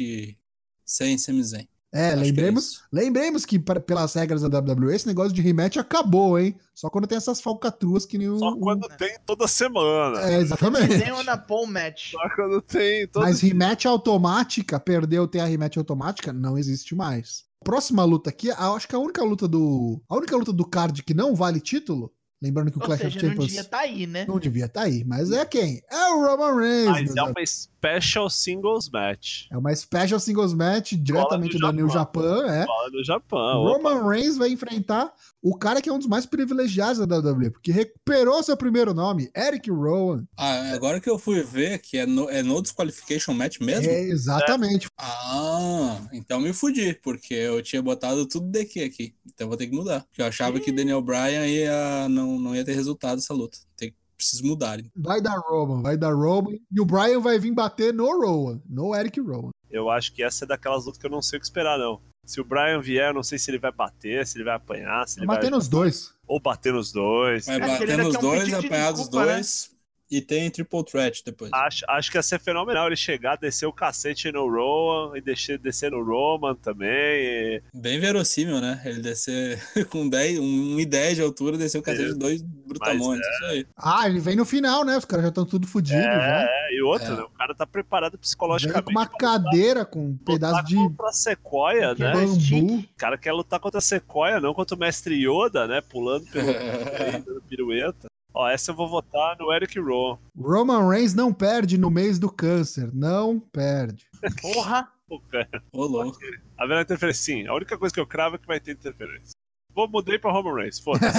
S2: sem semizen.
S1: É,
S2: Acho que é
S1: lembremos,
S2: isso.
S1: lembremos que pra- pelas regras da WWE, esse negócio de rematch acabou, hein? Só quando tem essas falcatruas que nem o.
S4: Só quando tem toda semana.
S1: É, exatamente.
S3: Tem o Napol Match.
S4: Só quando tem toda
S1: Mas rematch automática, perdeu ter a rematch automática, não existe mais. Próxima luta aqui, a- acho que a única luta do. A única luta do card que não vale título, lembrando que o
S3: Ou
S1: Clash
S3: seja,
S1: of
S3: não
S1: Champions
S3: devia tá aí, né?
S1: não devia estar aí, mas é quem? É né? o Roman Reigns.
S4: Mas
S1: meus
S4: é uma special singles match.
S1: É uma special singles match diretamente da
S4: Japão.
S1: New Japan, é.
S4: Fala do Japão.
S1: Roman Reigns vai enfrentar o cara que é um dos mais privilegiados da WWE, porque recuperou seu primeiro nome, Eric Rowan.
S2: Ah, agora que eu fui ver que é no, é no disqualification match mesmo?
S1: É, exatamente.
S2: Ah, então me fudi, porque eu tinha botado tudo DQ aqui. Então vou ter que mudar. Porque eu achava que Daniel Bryan ia, não, não ia ter resultado essa luta. Tem, preciso mudar.
S1: Vai dar Roman, vai dar Roman. E o Brian vai vir bater no Rowan, no Eric Rowan.
S4: Eu acho que essa é daquelas lutas que eu não sei o que esperar, não. Se o Brian vier, eu não sei se ele vai bater, se ele vai apanhar, se ele vai.
S1: Bater nos dois.
S4: Ou bater nos dois.
S2: Vai
S3: É, aquele
S2: bater nos
S3: daqui é um
S2: dois,
S3: pedido de
S2: apanhar dos
S3: desculpa, né?
S2: dois. E tem triple threat depois.
S4: Acho, acho que ia ser fenomenal ele chegar, descer o cacete no Rowan e descer, descer no Roman também. e-
S2: Bem verossímil, né? Ele descer com 10, um 1,10 de altura, descer o cacete de dois brutamontes. Isso aí.
S1: Ah, ele vem no final, né? Os caras já estão tudo fodidos. já.
S4: É, é, e outra,
S2: É.
S4: né? O cara tá preparado
S1: Vem
S4: psicologicamente.
S1: com uma
S4: pra
S1: cadeira com um
S4: lutar
S1: pedaço de é
S4: contra a
S2: É,
S4: sequoia, né?
S3: Aquele
S1: bambu.
S4: O cara quer lutar contra a sequoia, não contra o mestre Yoda, né? Pulando pelo
S3: é.
S1: É.
S4: aí, dando pirueta. Ó, essa eu vou votar no Eric Rowan.
S1: Roman Reigns não perde no mês do câncer. Não perde.
S3: Porra.
S4: Pô, cara. é
S2: Ô, louco.
S4: Havendo interferência, sim. A única coisa que eu cravo é que vai ter interferência. Vou mudei pra Roman Reigns, foda-se.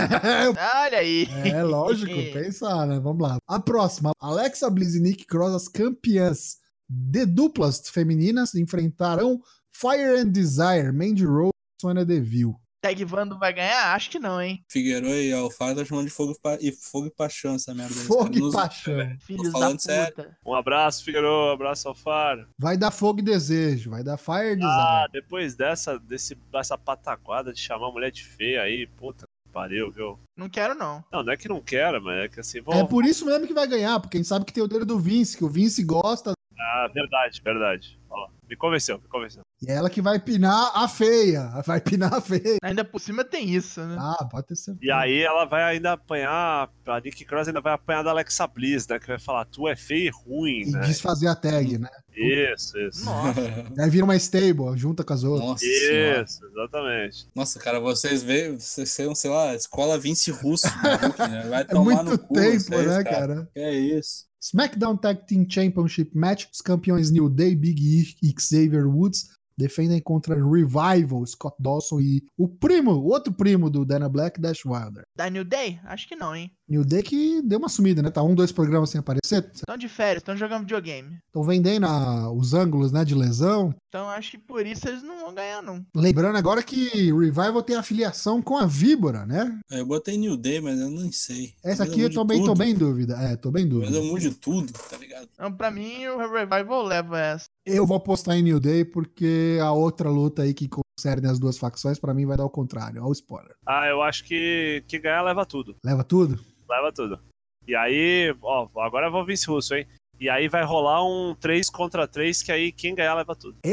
S3: Olha aí.
S1: É lógico, pensar, né? Vamos lá. A próxima, Alexa Bliss e Nick Cross, as campeãs de duplas femininas, enfrentarão Fire and Desire, Mandy Rose e Sonya Deville.
S3: Tag Vando vai ganhar? Acho que não, hein?
S2: Figueiredo e Alfaro tá chamando de fogo e, pa- e fogo e paixão essa merda. Eles
S1: Fogo
S2: nos-
S1: e
S4: é
S1: paixão.
S3: Filhos da
S2: falando
S3: puta.
S2: sério.
S4: Um abraço, Figueiredo. Um abraço, Alfaro.
S1: Vai dar fogo e desejo, vai dar Fire and
S4: Ah,
S1: Desire.
S4: depois dessa, desse, dessa pataquada de chamar a mulher de feia aí, puta que pariu, viu?
S3: Não quero, não.
S4: Não, não é que não quero, mas é que assim,
S1: é
S4: vamos.
S1: por isso mesmo que vai ganhar, porque a gente sabe que tem o dedo do Vince, que o Vince gosta.
S4: Ah, verdade, verdade. Ó, me convenceu, me convenceu.
S1: E é ela que vai pinar a feia. Vai pinar a feia.
S3: Ainda por cima tem isso, né?
S1: Ah, pode ter certeza.
S4: Hum. E aí ela vai ainda apanhar, a Nick Cross ainda vai apanhar da Alexa Bliss, né? Que vai falar, tu é feia e ruim,
S1: E
S4: né?
S1: desfazer a tag, né?
S4: Isso, isso.
S3: Nossa.
S1: Aí vira uma stable, junta com as outras.
S2: Nossa senhora.
S4: Isso, exatamente.
S2: Nossa, cara, vocês veem, vocês são, sei lá, escola Vince Russo. maluco, né? Vai
S1: É
S2: tomar
S1: muito
S2: no cu
S1: tempo,
S2: vocês,
S1: né, cara?
S2: Que é isso.
S1: SmackDown Tag Team Championship Match, os campeões New Day, Big E e Xavier Woods defendem contra Revival, Scott Dawson e o primo, o outro primo do Dana Black, Dash Wilder.
S3: Da New Day? Acho que não, hein?
S1: New Day que deu uma sumida, né? Tá um, dois programas sem aparecer.
S3: Estão de férias, estão jogando videogame.
S1: Estão vendendo a- os ângulos, né, de lesão.
S3: Então acho que por isso eles não vão ganhar, não.
S1: Lembrando agora que Revival tem afiliação com a Víbora, né?
S2: Eu botei New Day, mas eu não sei.
S1: Essa
S2: Talvez
S1: aqui eu
S2: mude
S1: também tô
S2: tudo.
S1: bem em dúvida. É, tô bem em
S2: Talvez eu
S1: dúvida.
S2: mude tudo, tá ligado?
S3: Então, pra mim, o Revival leva essa.
S1: Eu vou apostar em New Day porque a outra luta aí que concerne as duas facções, pra mim vai dar o contrário. Olha o spoiler.
S4: Ah, eu acho que que ganhar leva tudo.
S1: Leva tudo?
S4: Leva tudo. E aí, ó, agora eu vou Vince Russo, hein? E aí vai rolar um 3 contra 3, que aí quem ganhar leva tudo.
S3: Nossa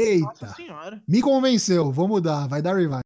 S1: Eita!
S3: senhora.
S1: Me convenceu, vou mudar, vai dar revive.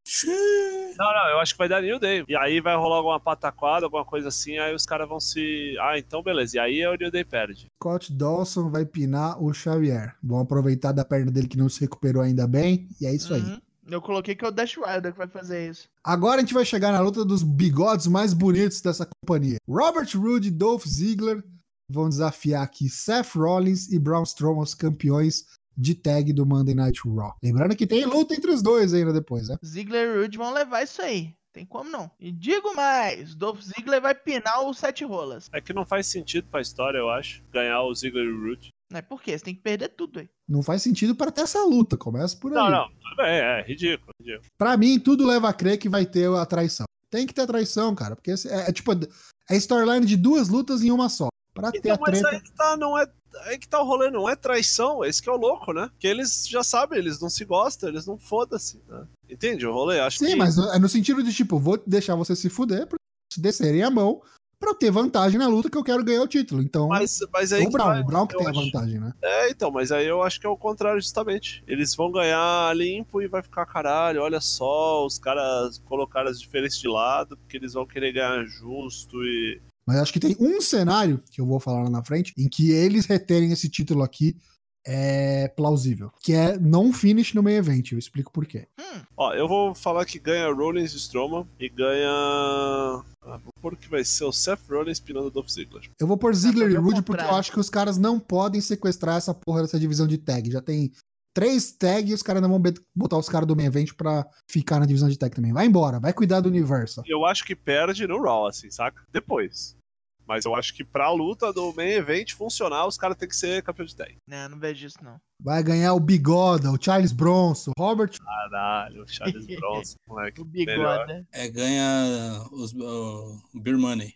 S4: Não, não, eu acho que vai dar New Day. E aí vai rolar alguma pataquada, alguma coisa assim, aí os caras vão se. Ah, então beleza. E aí o New Day perde.
S1: Scott Dawson vai pinar o Xavier. Vão aproveitar da perna dele que não se recuperou ainda bem. E é isso aí.
S3: Uhum. Eu coloquei que é o Dash Wilder que vai fazer isso.
S1: Agora a gente vai chegar na luta dos bigodes mais bonitos dessa companhia. Robert Roode e Dolph Ziggler vão desafiar aqui Seth Rollins e Braun Strowman, os campeões de tag do Monday Night Raw. Lembrando que tem luta entre os dois ainda depois, né?
S3: Ziggler e Rude vão levar isso aí. Tem como não. E digo mais, Dolph Ziggler vai pinar o Sete Rolas.
S4: É que não faz sentido pra história, eu acho, ganhar o Ziggler e o Root.
S3: Não é por quê? Você tem que perder tudo aí.
S1: Não faz sentido para ter essa luta, começa por aí.
S4: Não, não, tudo bem, é ridículo, ridículo.
S1: Pra mim, tudo leva a crer que vai ter a traição. Tem que ter traição, cara, porque esse- é, é tipo é storyline de duas lutas em uma só. Pra ter
S4: Então,
S1: a
S4: mas
S1: treta.
S4: aí que tá, não é. Aí que tá o rolê, não é traição, esse que é o louco, né? Porque eles já sabem, eles não se gostam, eles não foda-se. Né? Entende o rolê? Acho
S1: Sim,
S4: que.
S1: mas é no sentido de, tipo, vou deixar você se fuder pra te descerem a mão pra eu ter vantagem na luta que eu quero ganhar o título. Então,
S4: Mas, mas aí
S1: o Brown,
S4: vai,
S1: o Brown que
S4: eu
S1: tem a
S4: acho.
S1: vantagem, né?
S4: É, então, mas aí eu acho que é o contrário, justamente. Eles vão ganhar limpo e vai ficar caralho, olha só, os caras colocaram as diferenças de lado, porque eles vão querer ganhar justo e.
S1: Mas acho que tem um cenário, que eu vou falar lá na frente, em que eles reterem esse título aqui é plausível. Que é não finish no meio evento. Eu explico por quê.
S3: Hum.
S4: Ó, eu vou falar que ganha Rollins e Strowman e ganha. Ah, vou pôr que vai ser o Seth Rollins pinando o Dolph Ziggler.
S1: Eu vou pôr Ziggler e
S3: pra ver o
S1: Rude porque eu
S3: contrário.
S1: acho que os caras não podem sequestrar essa porra dessa divisão de tag. Já tem três tags e os caras não vão bet- botar os caras do main event pra ficar na divisão de tag também. Vai embora, vai cuidar do universo.
S4: Eu acho que perde no Raw, assim, saca? Depois. Mas eu acho que pra luta do main event funcionar, os caras têm que ser campeão de tag.
S3: Não, não vejo isso, não.
S1: Vai ganhar o Bigoda, o Charles Bronson, o Robert
S4: Caralho, o Charles Bronson, moleque.
S3: O
S4: Melhor.
S3: bigode.
S2: É, ganha os, o Beer Money.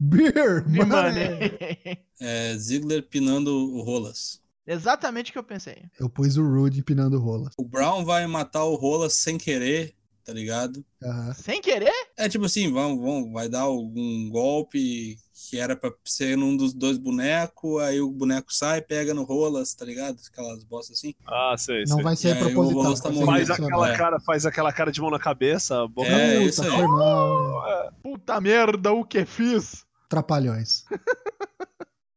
S1: Beer, mano.
S3: Money.
S2: É, Ziggler pinando o Rolas.
S3: Exatamente o que eu pensei.
S1: Eu pus o Rude empinando rola.
S2: O Brown vai matar o Rolas sem querer, tá ligado?
S1: Aham.
S3: Sem querer?
S2: É tipo assim, vão, vão, vai dar algum golpe que era pra ser num dos dois bonecos, aí o boneco sai, pega no Rolas, tá ligado? Aquelas bostas assim.
S4: Ah, sei, sei.
S1: Não vai ser
S2: E aí, o
S1: proposital.
S2: Wallace tá
S1: vai ser né?
S2: morrendo.
S4: Faz
S2: Isso,
S1: intencional.
S4: aquela,
S2: é.
S4: cara, faz aquela cara de mão na cabeça, a boca.
S2: É,
S1: Puta,
S2: isso aí.
S1: foi mal.
S3: Puta merda, o que fiz?
S1: Trapalhões.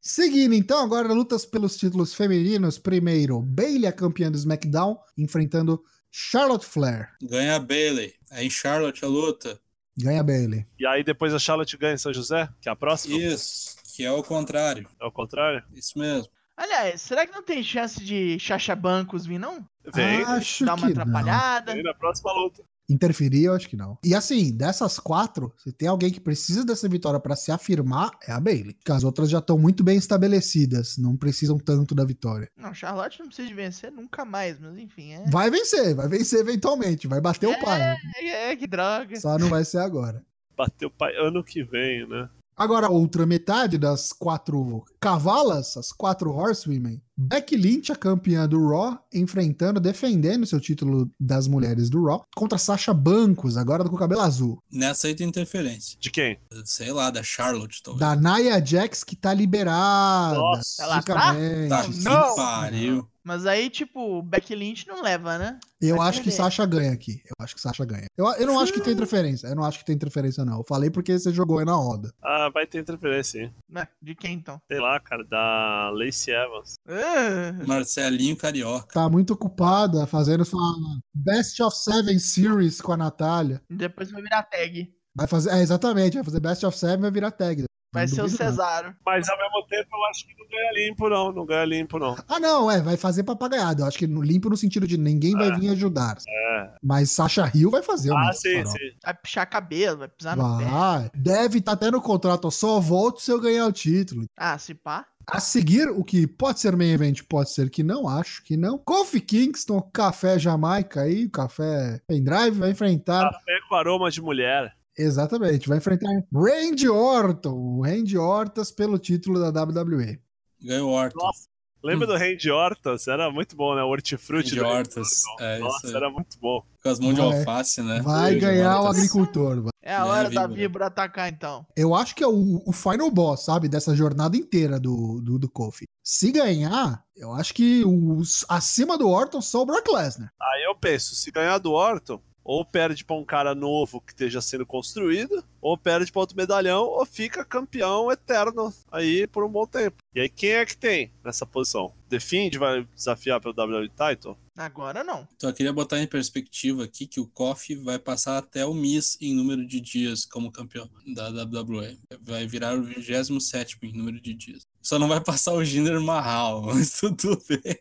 S1: Seguindo então, agora lutas pelos títulos femininos. Primeiro, Bailey, a campeã do SmackDown, enfrentando Charlotte Flair.
S2: Ganha a Bailey. Aí em Charlotte a luta.
S1: Ganha Bailey.
S4: E aí depois a Charlotte ganha em São José, que é a próxima,
S2: Isso, que é o contrário.
S4: é o contrário.
S2: Isso mesmo.
S3: Aliás, será que não tem chance de Chacha Bancos vir, não?
S4: Vem,
S1: Acho
S3: Dar uma
S1: que não.
S3: atrapalhada?
S4: vem na próxima luta.
S1: Interferir, eu acho que não. E assim, dessas quatro, se tem alguém que precisa dessa vitória pra se afirmar, é a Bailey. Porque as outras já estão muito bem estabelecidas, não precisam tanto da vitória.
S3: Não, Charlotte não precisa de vencer nunca mais, mas enfim, é.
S1: Vai vencer, vai vencer eventualmente, vai bater o pai.
S3: É, é, que droga.
S1: Só não vai ser agora.
S4: Bateu o pai ano que vem, né?
S1: Agora, a outra metade das quatro cavalas, as quatro horsewomen. Becky Lynch, a campeã do Raw, enfrentando, defendendo seu título das mulheres do Raw, contra Sasha Bancos, agora com o cabelo azul.
S2: Nessa aí tem interferência.
S4: De quem?
S2: Sei lá, da Charlotte, talvez.
S1: Da Nia Jax, que tá liberada.
S4: Nossa.
S3: Ela
S1: Fica
S3: tá?
S1: bem.
S2: Tá,
S3: Não.
S2: que pariu.
S3: Mas aí, tipo, o Beck Lynch não leva, né?
S1: Eu
S3: Vai
S1: acho que
S3: perder.
S1: Sasha ganha aqui. Eu acho que Sasha ganha. Eu, eu não acho que
S3: Hum.
S1: tem interferência. Eu não acho que tem interferência, não. Eu falei porque você jogou aí na roda.
S4: Ah, vai ter interferência, hein?
S3: Né? De quem então?
S4: Sei lá, cara, da Lacey Evans.
S3: Ah,
S2: Marcelinho Carioca.
S1: Tá muito ocupada fazendo sua Best of Seven Series com a Natália.
S3: depois vai virar tag.
S1: Vai fazer, é, exatamente, vai fazer Best of Seven e vai virar tag.
S3: Vai
S1: Não
S3: ser o
S1: duvido nada.
S3: Cesaro.
S4: Mas ao mesmo tempo eu acho que não ganha limpo, não. Não ganha limpo, não.
S1: Ah, não, é, vai fazer papagaiada. Eu acho que no limpo no sentido de ninguém vai
S4: É.
S1: vir ajudar.
S4: É.
S1: Mas Sasha Hill vai fazer o
S4: Ah,
S1: Mato
S4: sim,
S1: Farol.
S4: sim.
S3: Vai pichar cabelo, vai pisar Tá no pé.
S1: Vai. Deve estar até no contrato, ó, só volto se eu ganhar o título.
S3: Ah, se pá.
S1: A seguir, o que pode ser main event, pode ser que não, acho que não. Kofi Kingston, café Jamaica aí, café pendrive, vai enfrentar.
S4: Café com aroma de mulher.
S1: Exatamente, vai enfrentar Randy Orton, o Randy Ortas pelo título da WWE.
S2: Ganhou Orton.
S4: Nossa. Lembra do Randy Hortas? Era muito bom, né? O hortifruti
S2: Hum. Randy
S4: do Randy
S2: Hortas,
S4: Orton.
S2: é,
S4: Nossa,
S2: isso aí.
S4: era muito bom.
S2: Com as mãos de
S1: Vai-
S2: alface, né?
S1: Vai
S2: Randy
S1: ganhar o
S2: Orton.
S1: agricultor, vai.
S3: É a
S2: É,
S3: hora da
S2: vibra.
S3: vibra atacar então.
S1: Eu acho que é o, o final boss, sabe? Dessa jornada inteira do, do, do Kofi. Se ganhar, eu acho que os, acima do Orton só o Brock Lesnar.
S4: Aí eu penso, se ganhar do Orton, ou perde pra um cara novo que esteja sendo construído, ou perde pra outro medalhão, ou fica campeão eterno aí por um bom tempo. E aí quem é que tem nessa posição? The Fiend vai desafiar pelo WWE Title?
S3: Agora não.
S2: Só Então, queria botar em perspectiva aqui que o Kofi vai passar até o Miz em número de dias como campeão da WWE. Vai virar o 27 em número de dias. Só não vai passar o Jinder Mahal, mas tudo bem.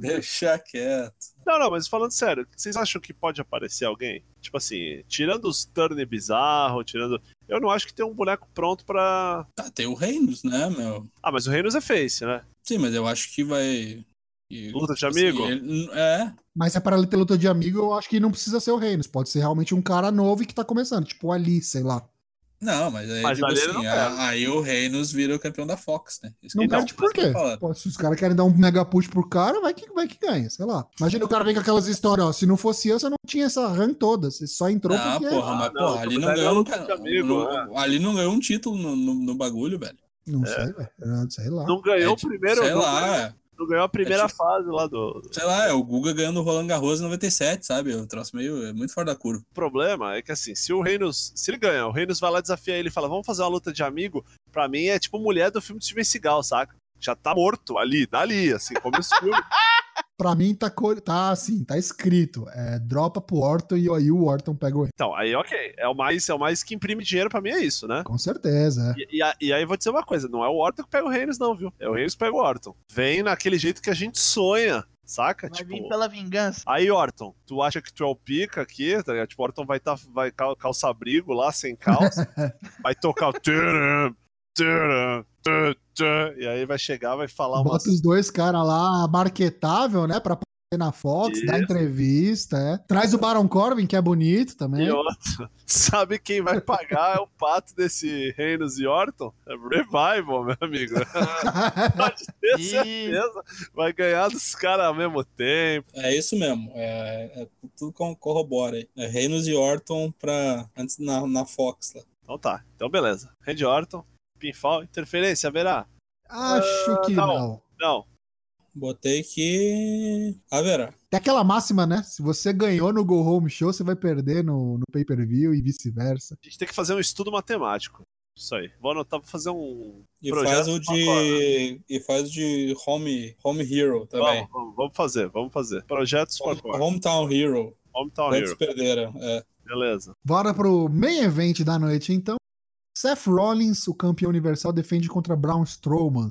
S2: Deixa quieto.
S4: não, não, mas falando sério, vocês acham que pode aparecer alguém? Tipo assim, tirando os turn bizarro, tirando... Eu não acho que tem um boneco pronto pra...
S2: Tá, tem o Reinos, né, meu?
S4: Ah, mas o Reynolds é face, né?
S2: Sim, mas eu acho que vai. que-
S4: Luta de
S2: tipo
S4: amigo?
S2: assim, ele- é,
S1: Mas se é para ter luta de amigo, eu acho que não precisa ser o Reynolds. Pode ser realmente um cara novo e que tá começando, tipo o Ali, sei lá.
S2: Não, mas aí,
S4: Mas
S2: tipo
S4: ali ele
S2: assim,
S4: não
S2: a-
S4: perde.
S2: aí o Reinos vira o campeão da Fox, né? Isso que
S1: Não
S2: eu tava-
S1: perde por
S2: isso que
S1: quê?
S2: eu tava falando.
S1: Pô, se os caras querem dar um mega push pro cara, vai que, vai que ganha, sei lá. Imagina o cara vem com aquelas histórias, ó. Se não fosse eu, você não tinha essa run toda. Você só entrou
S2: Ah,
S1: porque.
S2: porra, mas
S4: Ah, não,
S2: porra, ali
S4: tu
S2: não
S4: pega
S2: ganhou
S4: um
S2: nunca-
S4: de amigo, né?
S2: no- ali não ganhou um título no, no- no bagulho, velho.
S1: Não sei, velho. Não sei lá.
S4: Não ganhou
S2: É,
S4: o
S2: tipo,
S4: primeiro.
S2: Sei
S4: não ganhou-
S2: lá,
S4: Não ganhou a primeira
S2: É tipo-
S4: fase lá do.
S2: sei lá, é o Guga ganhando o Roland Garros em 97, sabe? Eu troço meio é muito fora da curva.
S4: O problema é que assim, se o Reinos. Se ele ganha, o Reinos vai lá desafia ele e fala, vamos fazer uma luta de amigo, pra mim é tipo mulher do filme do Steven Seagal, saca? Já tá morto ali, dali, assim, como esse filme.
S1: Pra mim tá, co- tá assim, tá escrito. É, dropa pro Orton e aí o Orton pega o.
S4: Então, aí ok. É o mais, é o mais que imprime dinheiro pra mim, é isso, né?
S1: Com certeza, é.
S4: E, e a- e aí vou dizer uma coisa, não é o Orton que pega o Reinos, não, viu? É o Reinos que pega o Orton. Vem naquele jeito que a gente sonha, saca?
S1: É,
S3: Vai
S4: tipo.
S3: vir pela vingança.
S4: Aí, Orton, tu acha que tu é o pica aqui, tá ligado? Tipo, o Orton vai, tá, vai cal- calça-abrigo lá, sem calça, vai tocar o... turum, turum, tu, tu, E aí vai chegar, vai falar umas...
S1: Bota os dois caras lá, marketável, né? Pra aparecer na Fox, dar
S4: Isso.
S1: entrevista, é. Traz o Baron Corbin, que é bonito
S3: né?
S1: também.
S4: E outra, sabe quem vai pagar é o pato desse Reinos e Orton? É o Revival, meu amigo. Pode ter
S3: E-
S4: certeza. Vai ganhar dos caras ao mesmo tempo.
S2: É isso mesmo, é, é- tudo com- corrobora aí. É Reinos e Orton pra, antes na, na Fox lá.
S4: Então tá, então beleza. Randy Orton, pinfall, interferência, haverá?
S1: Acho que
S4: Ah, não.
S1: não.
S4: Não.
S2: Botei que. Haverá.
S1: Tem aquela máxima, né? Se você ganhou no Go Home Show, você vai perder no, no pay-per-view e vice-versa.
S4: A gente tem que fazer um estudo matemático. Isso aí. Vou anotar pra fazer um
S2: E
S4: Projeto
S2: faz o de.
S4: Pacola.
S2: E faz o de Home, home Hero também.
S4: Vamos, vamos, vamos fazer, vamos fazer. Projetos por cor.
S2: Hometown Hero.
S4: Hometown
S2: Quantos
S4: Hero.
S2: perderam? É.
S4: Beleza.
S1: Bora pro main event da noite, então. Seth Rollins, o campeão universal, defende contra Braun Strowman.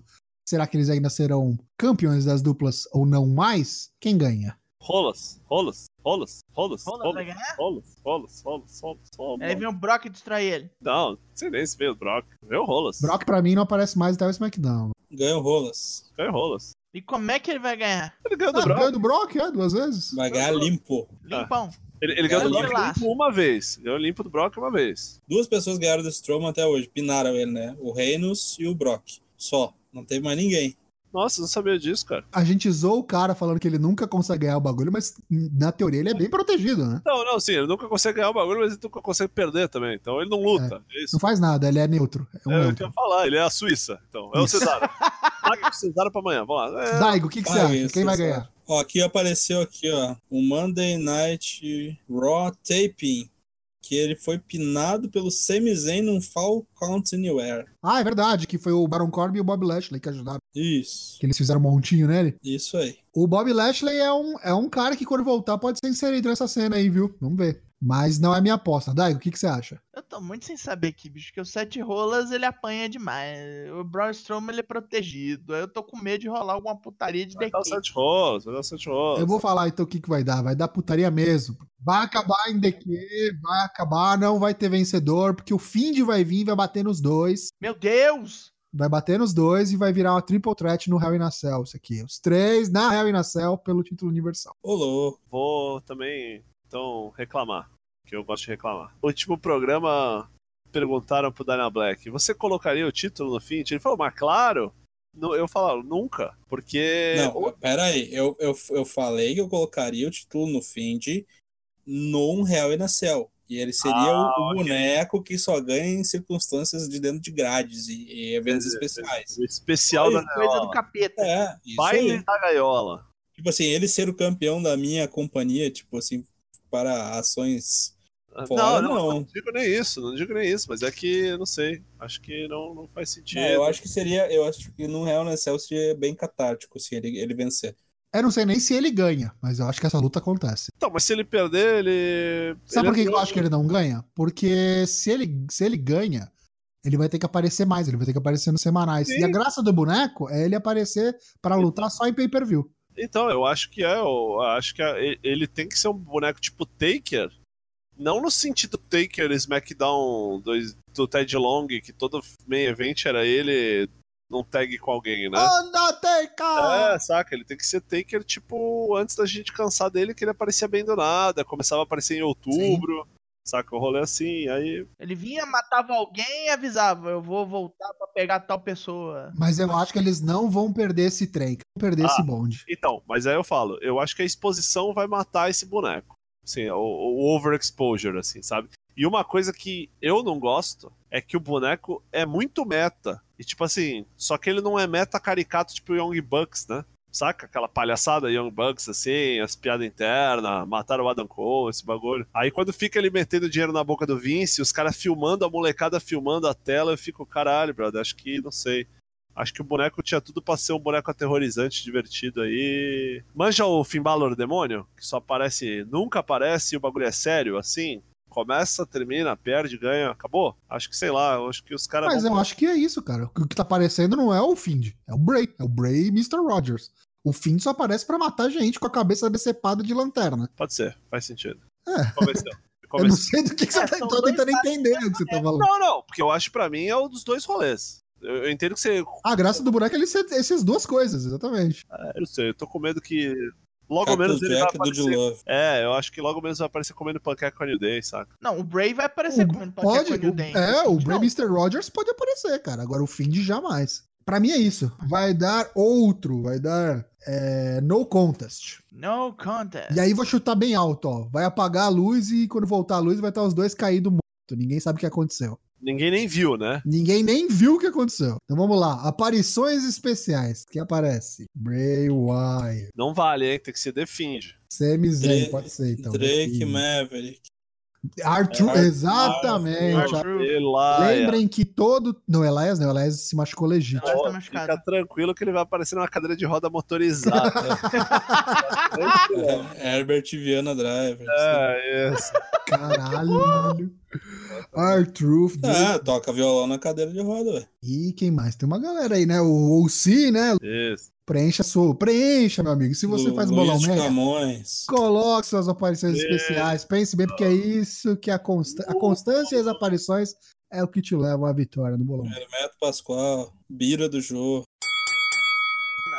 S1: Será que eles ainda serão campeões das duplas ou não mais? Quem ganha?
S4: Rolas, rolas, rolas, rolas,
S3: Rollins vai
S4: rolas,
S3: ganhar?
S4: rolas, rolas, rolas, rolas,
S3: Aí
S4: rolas.
S3: vem o Brock e distrai ele.
S4: Não, não sei nem se veio o Brock. Veio o rolas.
S1: Brock, pra mim, não aparece mais até o SmackDown.
S2: Ganham rolas.
S4: Veio o rolas.
S3: E como é que ele vai ganhar?
S4: Ele ganhou
S1: Ah,
S4: do Brock.
S1: ganhou do Brock, é, duas vezes.
S2: Vai ganhar limpo.
S3: Limpão.
S4: Ele, ele ganhou do
S2: Ganhou
S4: Brock
S3: limpo.
S4: limpo uma vez. Ganhou limpo do Brock uma vez.
S2: Duas pessoas ganharam do Strowman até hoje. Pinaram ele, né? O Reinos e o Brock. Só. Não teve mais ninguém.
S4: Nossa, eu não sabia disso, cara.
S1: A gente zoou o cara falando que ele nunca consegue ganhar o bagulho, mas na teoria ele é bem protegido, né?
S4: Não, não, sim, ele nunca consegue ganhar o bagulho, mas ele nunca consegue perder também. Então ele não luta. É isso.
S1: Não faz nada, ele é neutro. É um
S4: É, eu
S1: neutro.
S4: quero falar, ele é a Suíça. Então, é o
S1: Isso.
S4: Cesaro. Paga o Cesaro pra amanhã, vamos lá. É,
S1: Daigo, o que, que você
S2: Ah,
S1: acha?
S2: isso,
S1: Quem vai
S2: isso,
S1: ganhar?
S2: Ó, aqui apareceu aqui, ó. O Monday Night Raw Taping. Que ele foi pinado pelo Sami Zayn num Fall Count Anywhere.
S1: Ah, é verdade, que foi o Baron Corbin e o Bob Lashley que ajudaram.
S2: Isso.
S1: Que eles fizeram um montinho nele.
S2: Isso aí.
S1: O Bob Lashley é um, é um cara que quando voltar pode ser inserido nessa cena aí, viu? Vamos ver. Mas não é minha aposta. Daigo, o que, que você acha?
S3: Eu tô muito sem saber aqui, bicho, que o Sete Rolas ele apanha demais. O Braun Strowman ele é protegido. Aí Eu tô com medo de rolar alguma putaria de
S4: vai dar tá o
S3: DQ.
S4: Sete Rolas, vai dar o Sete Rolas.
S1: Eu vou falar então o que, que vai dar. Vai dar putaria mesmo. Vai acabar em DQ, vai acabar, não vai ter vencedor, porque o Find vai vir e vai bater nos dois.
S3: Meu Deus!
S1: Vai bater nos dois e vai virar uma triple threat no Hell in a Cell, isso aqui. Os três na Hell in a Cell pelo título universal.
S2: Ô, louco.
S4: Vou também, então, reclamar. Que eu gosto de reclamar. O último programa perguntaram pro Dana Black: você colocaria o título no fim? Ele falou, mas claro. Não, Eu falava, nunca. Porque.
S2: Não, pera aí. Eu, eu, eu falei que eu colocaria o título no Find num Hell in a Cell. E ele seria
S4: Ah,
S2: o, o boneco que só ganha em circunstâncias de dentro de grades e, e eventos especiais.
S4: o especial da
S2: Foi
S3: Coisa do
S4: gaiola.
S3: capeta.
S2: É, isso aí.
S4: Baile da gaiola.
S2: Tipo assim, ele ser o campeão da minha companhia, tipo assim, para ações
S4: Não,
S2: fora, não.
S4: não digo nem isso, não digo nem isso, mas é que, não sei, acho que não, não faz sentido.
S2: Não, ah,
S1: É,
S2: eu acho que seria, eu acho que no Real Nacel seria bem catártico se ele, ele vencer.
S1: Eu não sei nem se ele ganha, mas eu acho que essa luta acontece.
S4: Então, mas se ele perder, ele.
S1: Sabe
S4: ele
S1: por que
S4: é
S1: que eu acho que ele não ganha? Porque se ele, se ele ganha, ele vai ter que aparecer mais, ele vai ter que aparecer nos semanais. E a
S4: Sim.
S1: graça do boneco é ele aparecer pra lutar só em pay-per-view.
S4: Então, eu acho que é. Eu acho que é- e- ele tem que ser um boneco tipo Taker. Não no sentido Taker SmackDown dois- do Ted Long, que todo meio event era ele num tag com alguém, né?
S1: Undertaker!
S4: É, saca? Ele tem que ser Taker, tipo, antes da gente cansar dele, que ele aparecia bem do nada, começava a aparecer em outubro. Saca? O rolê assim, aí
S3: Ele vinha, matava alguém e avisava: eu vou voltar pra pegar tal pessoa.
S1: Mas eu acho que eles não vão perder esse trem, que vão perder
S4: Ah.
S1: esse bonde.
S4: Então, mas aí eu falo, eu acho que a exposição vai matar esse boneco. Assim, o, o overexposure, assim, sabe? E uma coisa que eu não gosto é que o boneco é muito meta. E tipo assim, só que ele não é meta caricato tipo Young Bucks, né? Saca? Aquela palhaçada Young Bucks, assim, as piadas internas, mataram o Adam Cole, esse bagulho. Aí quando fica ele metendo dinheiro na boca do Vince, os caras filmando, a molecada filmando a tela, eu fico, caralho, brother, acho que, não sei. Acho que o boneco tinha tudo pra ser um boneco aterrorizante, divertido aí. Manja o Finbalor Demônio, que só aparece, nunca aparece e o bagulho é sério, assim. Começa, termina, perde, ganha, acabou. Acho que sei lá, eu acho que os caras.
S1: Mas
S4: vão-
S1: eu acho que é isso, cara. O que tá aparecendo não é o Find, é o Bray. É o Bray e Mr. Rogers. O Find só aparece pra matar gente com a cabeça decepada de lanterna.
S4: Pode ser, faz sentido.
S1: É.
S4: Me Convenceu. Me
S1: Eu não
S4: convenceu.
S1: sei do que, que você
S3: É,
S1: tá
S3: são
S1: tô
S3: dois
S1: tentando entender o que você tá falando.
S4: Não, não, porque eu acho pra mim é um dos dois rolês. Eu, eu entendo que você.
S1: A graça do buraco é ele ser essas duas coisas, exatamente.
S4: Ah, Eu não sei, eu tô com medo que. Logo menos ele vai
S2: Cacuzeca do
S4: aparecer.
S2: Dilove.
S4: É, eu acho que logo menos vai aparecer comendo panqueca com a New Day, saca?
S3: Não, o Bray vai aparecer
S1: O-
S3: comendo panqueca
S1: pode,
S3: com New
S1: o,
S3: Day.
S1: é, o
S3: Não,
S1: Bray Mr. Rogers pode aparecer, cara. Agora o Find jamais. Pra mim é isso. Vai dar outro, vai dar é, no contest.
S3: No contest.
S1: E aí vou chutar bem alto, ó. Vai apagar a luz e quando voltar a luz vai estar os dois caídos mortos. Ninguém sabe o que aconteceu.
S4: Ninguém nem viu, né?
S1: Ninguém nem viu o que aconteceu. Então vamos lá. Aparições especiais. Quem aparece? Bray Wyatt.
S4: Não vale, hein? Tem que ser defende.
S1: Sami Zayn,
S2: Drake-
S1: pode ser então.
S2: Drake
S1: Enfim.
S2: Maverick.
S1: Arthur,
S2: Arthur-
S1: exatamente.
S3: Arthur-
S4: Sei lá,
S1: Lembrem que todo. Não, Elias não, Elias se machucou
S4: é.
S1: legítimo.
S3: Ela
S4: Ó,
S3: tá machucada.
S4: Fica tranquilo que ele vai aparecer numa cadeira de roda motorizada.
S2: É, Herbert Viana assim. Driver.
S4: é, isso.
S1: Caralho. Arthur.
S2: Ah, toca violão na cadeira de roda, velho.
S1: E quem mais? Tem uma galera aí, né? O OC, né?
S4: isso.
S1: Preencha sua. Preencha, meu amigo. Se você
S2: Lu-
S1: faz
S2: Luiz É.
S1: bolão
S2: de
S1: média,
S2: Camões.
S1: coloque suas aparições especiais. Pense bem, porque é isso que a, consta... a constância e as aparições é o que te leva à vitória no bolão.
S2: Hermeto Pascoal. Bira do Jô.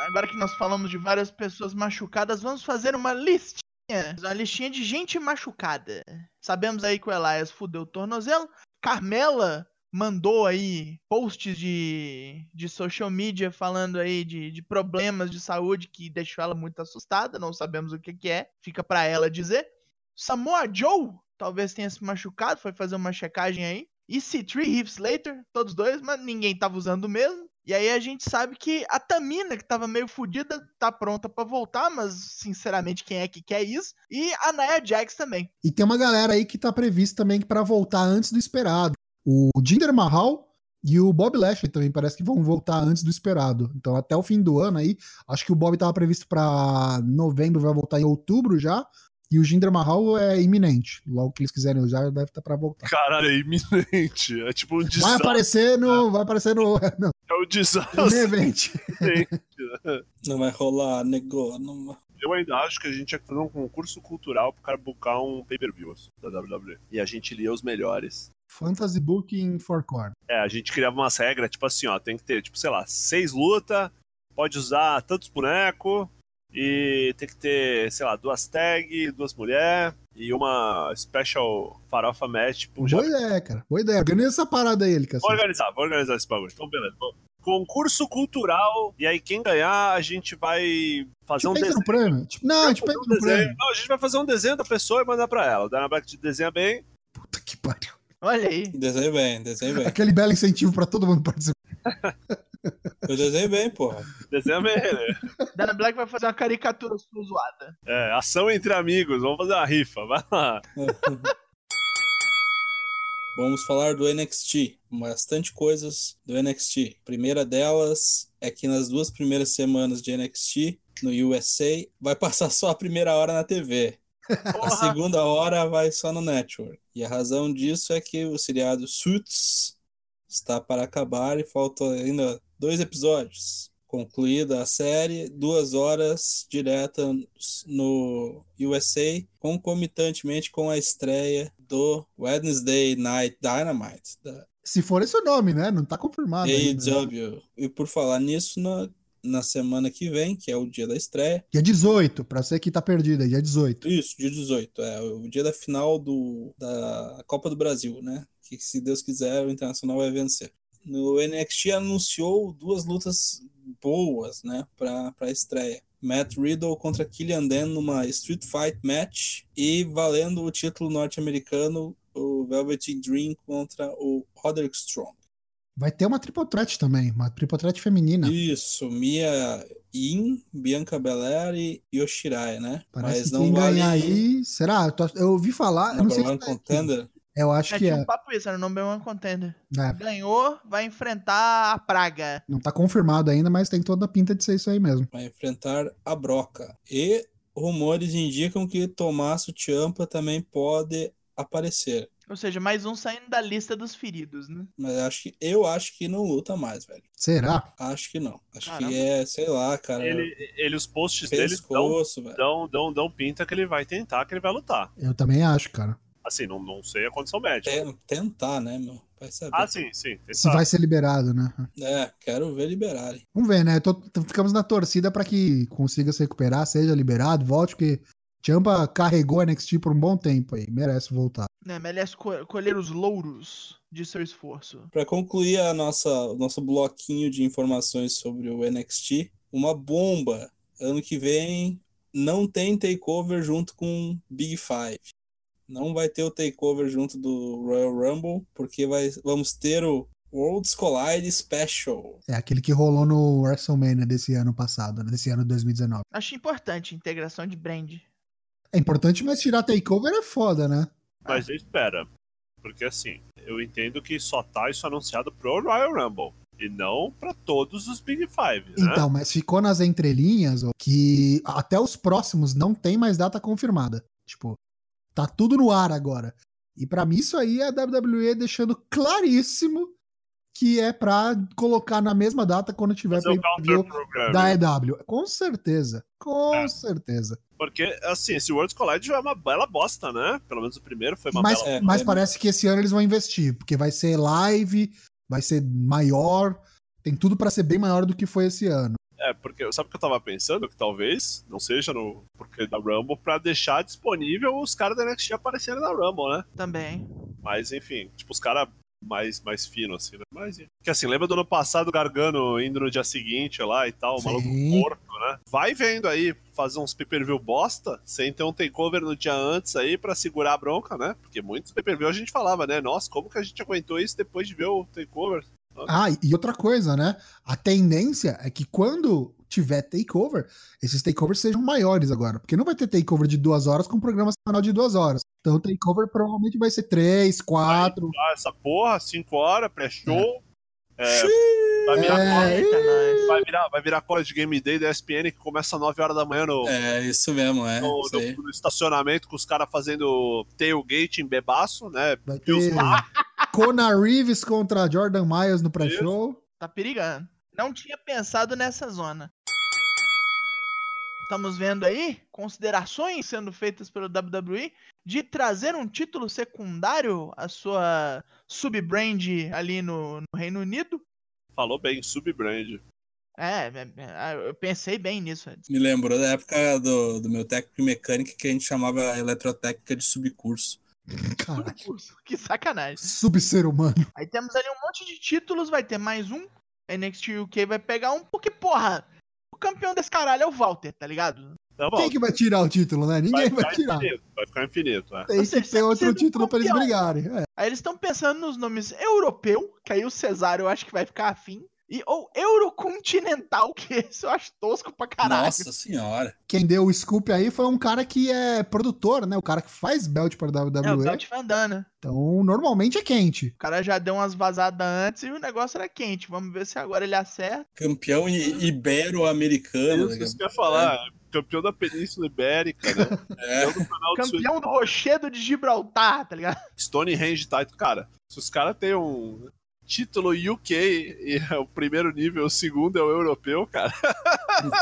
S3: Agora que nós falamos de várias pessoas machucadas, vamos fazer uma listinha. Uma listinha de gente machucada. Sabemos aí que o Elias fudeu o tornozelo. Carmela mandou aí posts de, de social media falando aí de, de problemas de saúde que deixou ela muito assustada. Não sabemos o que, que é. Fica pra ela dizer. Samoa Joe talvez tenha se machucado, foi fazer uma checagem aí. E se Three Heaps Later, todos dois, mas ninguém tava usando o mesmo. E aí a gente sabe que a Tamina, que tava meio fodida, tá pronta pra voltar, mas sinceramente, quem é que quer isso? E a Nia Jax também.
S1: E tem uma galera aí que tá previsto também pra voltar antes do esperado. O Jinder Mahal e o Bob Lashley também parece que vão voltar antes do esperado. Então até o fim do ano aí, acho que o Bob tava previsto pra novembro, vai voltar em outubro já. E o Jinder Mahal é iminente. Logo que eles quiserem usar, deve estar tá para voltar.
S4: Caralho, é iminente. É tipo um
S1: Vai
S4: desastre.
S1: aparecer
S4: Ah.
S1: no, vai aparecer no, no
S4: É um
S1: main
S4: desastre.
S1: event.
S2: Não vai rolar, negou. Não... vai-
S4: Eu ainda acho que a gente tinha que fazer um concurso cultural pro cara buscar um pay-per-view assim, da WWE. E a gente lia os melhores.
S1: Fantasy Booking for Core.
S4: É, a gente criava umas regras, tipo assim, ó, tem que ter, tipo, sei lá, seis luta, pode usar tantos bonecos, e tem que ter, sei lá, duas tags, duas mulheres, e uma special farofa match pro
S1: Boa ideia, cara. Boa ideia. Organiza essa parada aí, Lucas.
S4: Vou organizar, vou organizar esse bagulho. Então, beleza. Bom, concurso cultural, e aí quem ganhar, a gente vai fazer um
S1: Pensa
S4: desenho.
S1: no prêmio. Tipo, não, a gente pensa
S4: Fazer um
S1: no prêmio.
S4: desenho. Não, a gente vai fazer um desenho da pessoa e mandar pra ela. O Dana Black te desenha bem.
S1: Puta que pariu.
S3: Olha aí.
S2: Desenhei bem, desenhei bem.
S1: Aquele belo incentivo pra todo mundo participar.
S2: Eu desenhei bem, porra.
S4: Desenha bem, né?
S3: Dana Black vai fazer uma caricatura sua zoada.
S4: É, ação entre amigos. Vamos fazer uma rifa. Vai lá.
S2: Vamos falar do NXT. Bastante coisas do NXT. Primeira delas é que nas duas primeiras semanas de NXT, no USA, vai passar só a primeira hora na TV. A
S4: Porra.
S2: segunda hora vai só no network. E a razão disso é que o seriado Suits está para acabar e faltam ainda dois episódios. Concluída a série, duas horas direta no USA, concomitantemente com a estreia do Wednesday Night Dynamite da
S1: Se for esse o nome, né? Não tá confirmado. ainda.
S2: AEW. E por falar nisso, na- na semana que vem, que é o dia da estreia.
S1: Dia 18, pra você que tá perdido, é dia 18.
S2: Isso, dia 18, é o dia da final do, da Copa do Brasil, né? Que se Deus quiser, o Internacional vai vencer. No NXT anunciou duas lutas boas, né, pra, pra estreia. Matt Riddle contra Killian Den numa Street Fight Match e valendo o título norte-americano, o Velvet Dream contra o Roderick Strong.
S1: Vai ter uma triple threat também, uma triple threat feminina.
S2: Isso, Mia In, Bianca Belair e Yoshirai, né?
S1: Parece que quem ganhar aí. Será? Eu, tô- eu ouvi falar. Eu não
S2: Number
S1: sei se
S2: One
S1: tá aqui.
S2: um Contender.
S1: Eu acho
S3: É,
S1: que
S3: tinha
S1: é.
S3: um papo isso, era o number one contender.
S1: É,
S3: Ganhou, vai enfrentar a praga.
S1: Não tá confirmado ainda, mas tem toda a pinta de ser isso aí mesmo.
S2: vai enfrentar a Broca. E rumores indicam que Tommaso Ciampa também pode aparecer.
S3: Ou seja, mais um saindo da lista dos feridos, né?
S2: Mas acho que, eu acho que não luta mais, velho.
S1: Será?
S2: Acho que não. Acho
S3: Caramba.
S2: que é, sei lá, cara.
S4: Ele, ele, os posts dele dão,
S2: pescoço, velho.
S4: dão, dão, dão pinta que ele vai tentar, que ele vai lutar.
S1: Eu também acho, cara.
S4: Assim, não, não sei a condição médica.
S1: É,
S2: Ten- Tentar, né, meu? Vai saber.
S4: Ah, sim, sim.
S1: Se
S4: Tentar.
S1: vai ser liberado, né?
S2: É, quero ver liberarem.
S1: Vamos ver, né? Tô- t- ficamos na torcida pra que consiga se recuperar, seja liberado, volte, porque Champa carregou a NXT por um bom tempo aí. Merece voltar.
S3: né? Merece co- colher os louros de seu esforço.
S2: Para concluir a nossa, o nosso bloquinho de informações sobre o NXT, uma bomba. Ano que vem não tem takeover junto com Big Five. Não vai ter o takeover junto do Royal Rumble, porque vai, vamos ter o Worlds Collide Special.
S1: É aquele que rolou no WrestleMania desse ano passado, né? desse ano 2019.
S3: Acho importante a integração de brand.
S1: É importante, mas tirar takeover é foda, né?
S4: Mas espera. Porque assim, eu entendo que só tá isso anunciado pro Royal Rumble. E não pra todos os Big Five, né?
S1: Então, mas ficou nas entrelinhas ó, que até os próximos não tem mais data confirmada. Tipo, tá tudo no ar agora. E pra mim isso aí é a WWE deixando claríssimo que é pra colocar na mesma data quando tiver
S4: Fazer o
S1: pay-per-view
S4: counter program.
S1: da EW. Com certeza. Com
S4: É.
S1: certeza.
S4: Porque, assim, esse World's Collide é uma bela bosta, né? Pelo menos o primeiro foi uma
S1: Mas,
S4: bela.
S2: bela-
S1: mas
S2: é.
S1: parece que esse ano eles vão investir, porque vai ser live, vai ser maior, tem tudo pra ser bem maior do que foi esse ano.
S4: É, porque sabe o que eu tava pensando? Que talvez não seja no porque da Rumble pra deixar disponível os caras da NXT aparecerem na Rumble, né?
S3: Também.
S4: Mas enfim, tipo, os caras mais, mais finos, assim, né? Mas, que assim, lembra do ano passado o Gargano indo no dia seguinte lá e tal, o maluco
S1: Sim.
S4: morto, né? Vai vendo aí, fazer uns pay-per-view bosta, sem ter um takeover no dia antes aí pra segurar a bronca, né? Porque muitos pay-per-view a gente falava, né? Nossa, como que a gente aguentou isso depois de ver o takeover?
S1: Ah, e- e outra coisa, né? A tendência é que quando tiver takeover, esses takeovers sejam maiores agora. Porque não vai ter takeover de duas horas com um programa semanal de duas horas. Então o takeover provavelmente vai ser três, quatro.
S4: Ah, essa porra, 5 horas, pré-show. É, vai virar
S1: É,
S3: Eita, nós.
S4: Vai virar, vai virar cola de Game Day da ESPN que começa às 9 horas da manhã no,
S2: É, isso mesmo, é.
S4: no-
S2: isso aí.
S4: no- no estacionamento com os caras fazendo tailgate em bebaço, né?
S1: Vai ter Conan Reeves contra Jordan Myers no pré-show.
S3: Tá perigando. Não tinha pensado nessa zona. Estamos vendo aí considerações sendo feitas pelo WWE de trazer um título secundário à sua sub-brand ali no, no Reino Unido.
S4: Falou bem, subbrand.
S3: É, é, é, eu pensei bem nisso antes.
S2: Me lembrou da época do, do meu técnico de mecânica que a gente chamava eletrotécnica de subcurso.
S1: Cara,
S3: Que sacanagem.
S1: sub-ser humano.
S3: Aí temos ali um monte de títulos, vai ter mais um. NXT UK vai pegar um, porque, porra, o campeão desse caralho é o Walter, tá ligado?
S4: Tá bom.
S1: Quem que vai tirar o título, né? Ninguém vai,
S4: ficar
S1: tirar.
S4: infinito, vai ficar infinito, é.
S1: Tem
S3: Você
S1: que ter outro
S3: precisa de um
S1: título pra eles
S3: campeão.
S1: brigarem. É.
S3: Aí eles estão pensando nos nomes europeu, que aí o Cesário eu acho que vai ficar afim. E, ou Eurocontinental, que esse eu acho tosco pra caralho.
S2: Nossa senhora.
S1: Quem deu o scoop aí foi um cara que é produtor, né? O cara que faz belt pra
S3: é, o
S1: WWE.
S3: Belt Vandana.
S1: Então, normalmente é quente.
S3: O cara já deu umas vazadas antes e o negócio era quente. Vamos ver se agora ele acerta.
S2: Campeão i- ibero-americano.
S4: Isso,
S2: né?
S4: isso que eu ia falar. Campeão da Península Ibérica, né?
S2: É.
S4: Campeão do canal de Suez.
S3: Campeão do Rochedo de Gibraltar, tá ligado?
S4: Stonehenge Title. Cara, se os caras têm um título UK e é o primeiro nível, o segundo é o europeu, cara,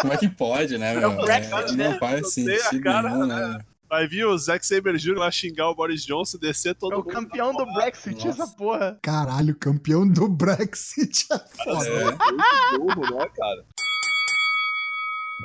S2: Como é que pode, né,
S4: É o
S2: meu?
S4: Brad
S2: É,
S4: Pitt,
S2: não
S4: né?
S2: faz
S4: Não tem a
S2: sentido
S4: cara,
S2: nenhum, né?
S4: vai vir o Zack Saber Jr. lá xingar o Boris Johnson, descer todo
S3: É o
S4: mundo.
S3: campeão do Brexit,
S2: Nossa.
S3: essa porra.
S1: Caralho, campeão do Brexit é foda.
S2: É.
S4: Muito burro, né, cara?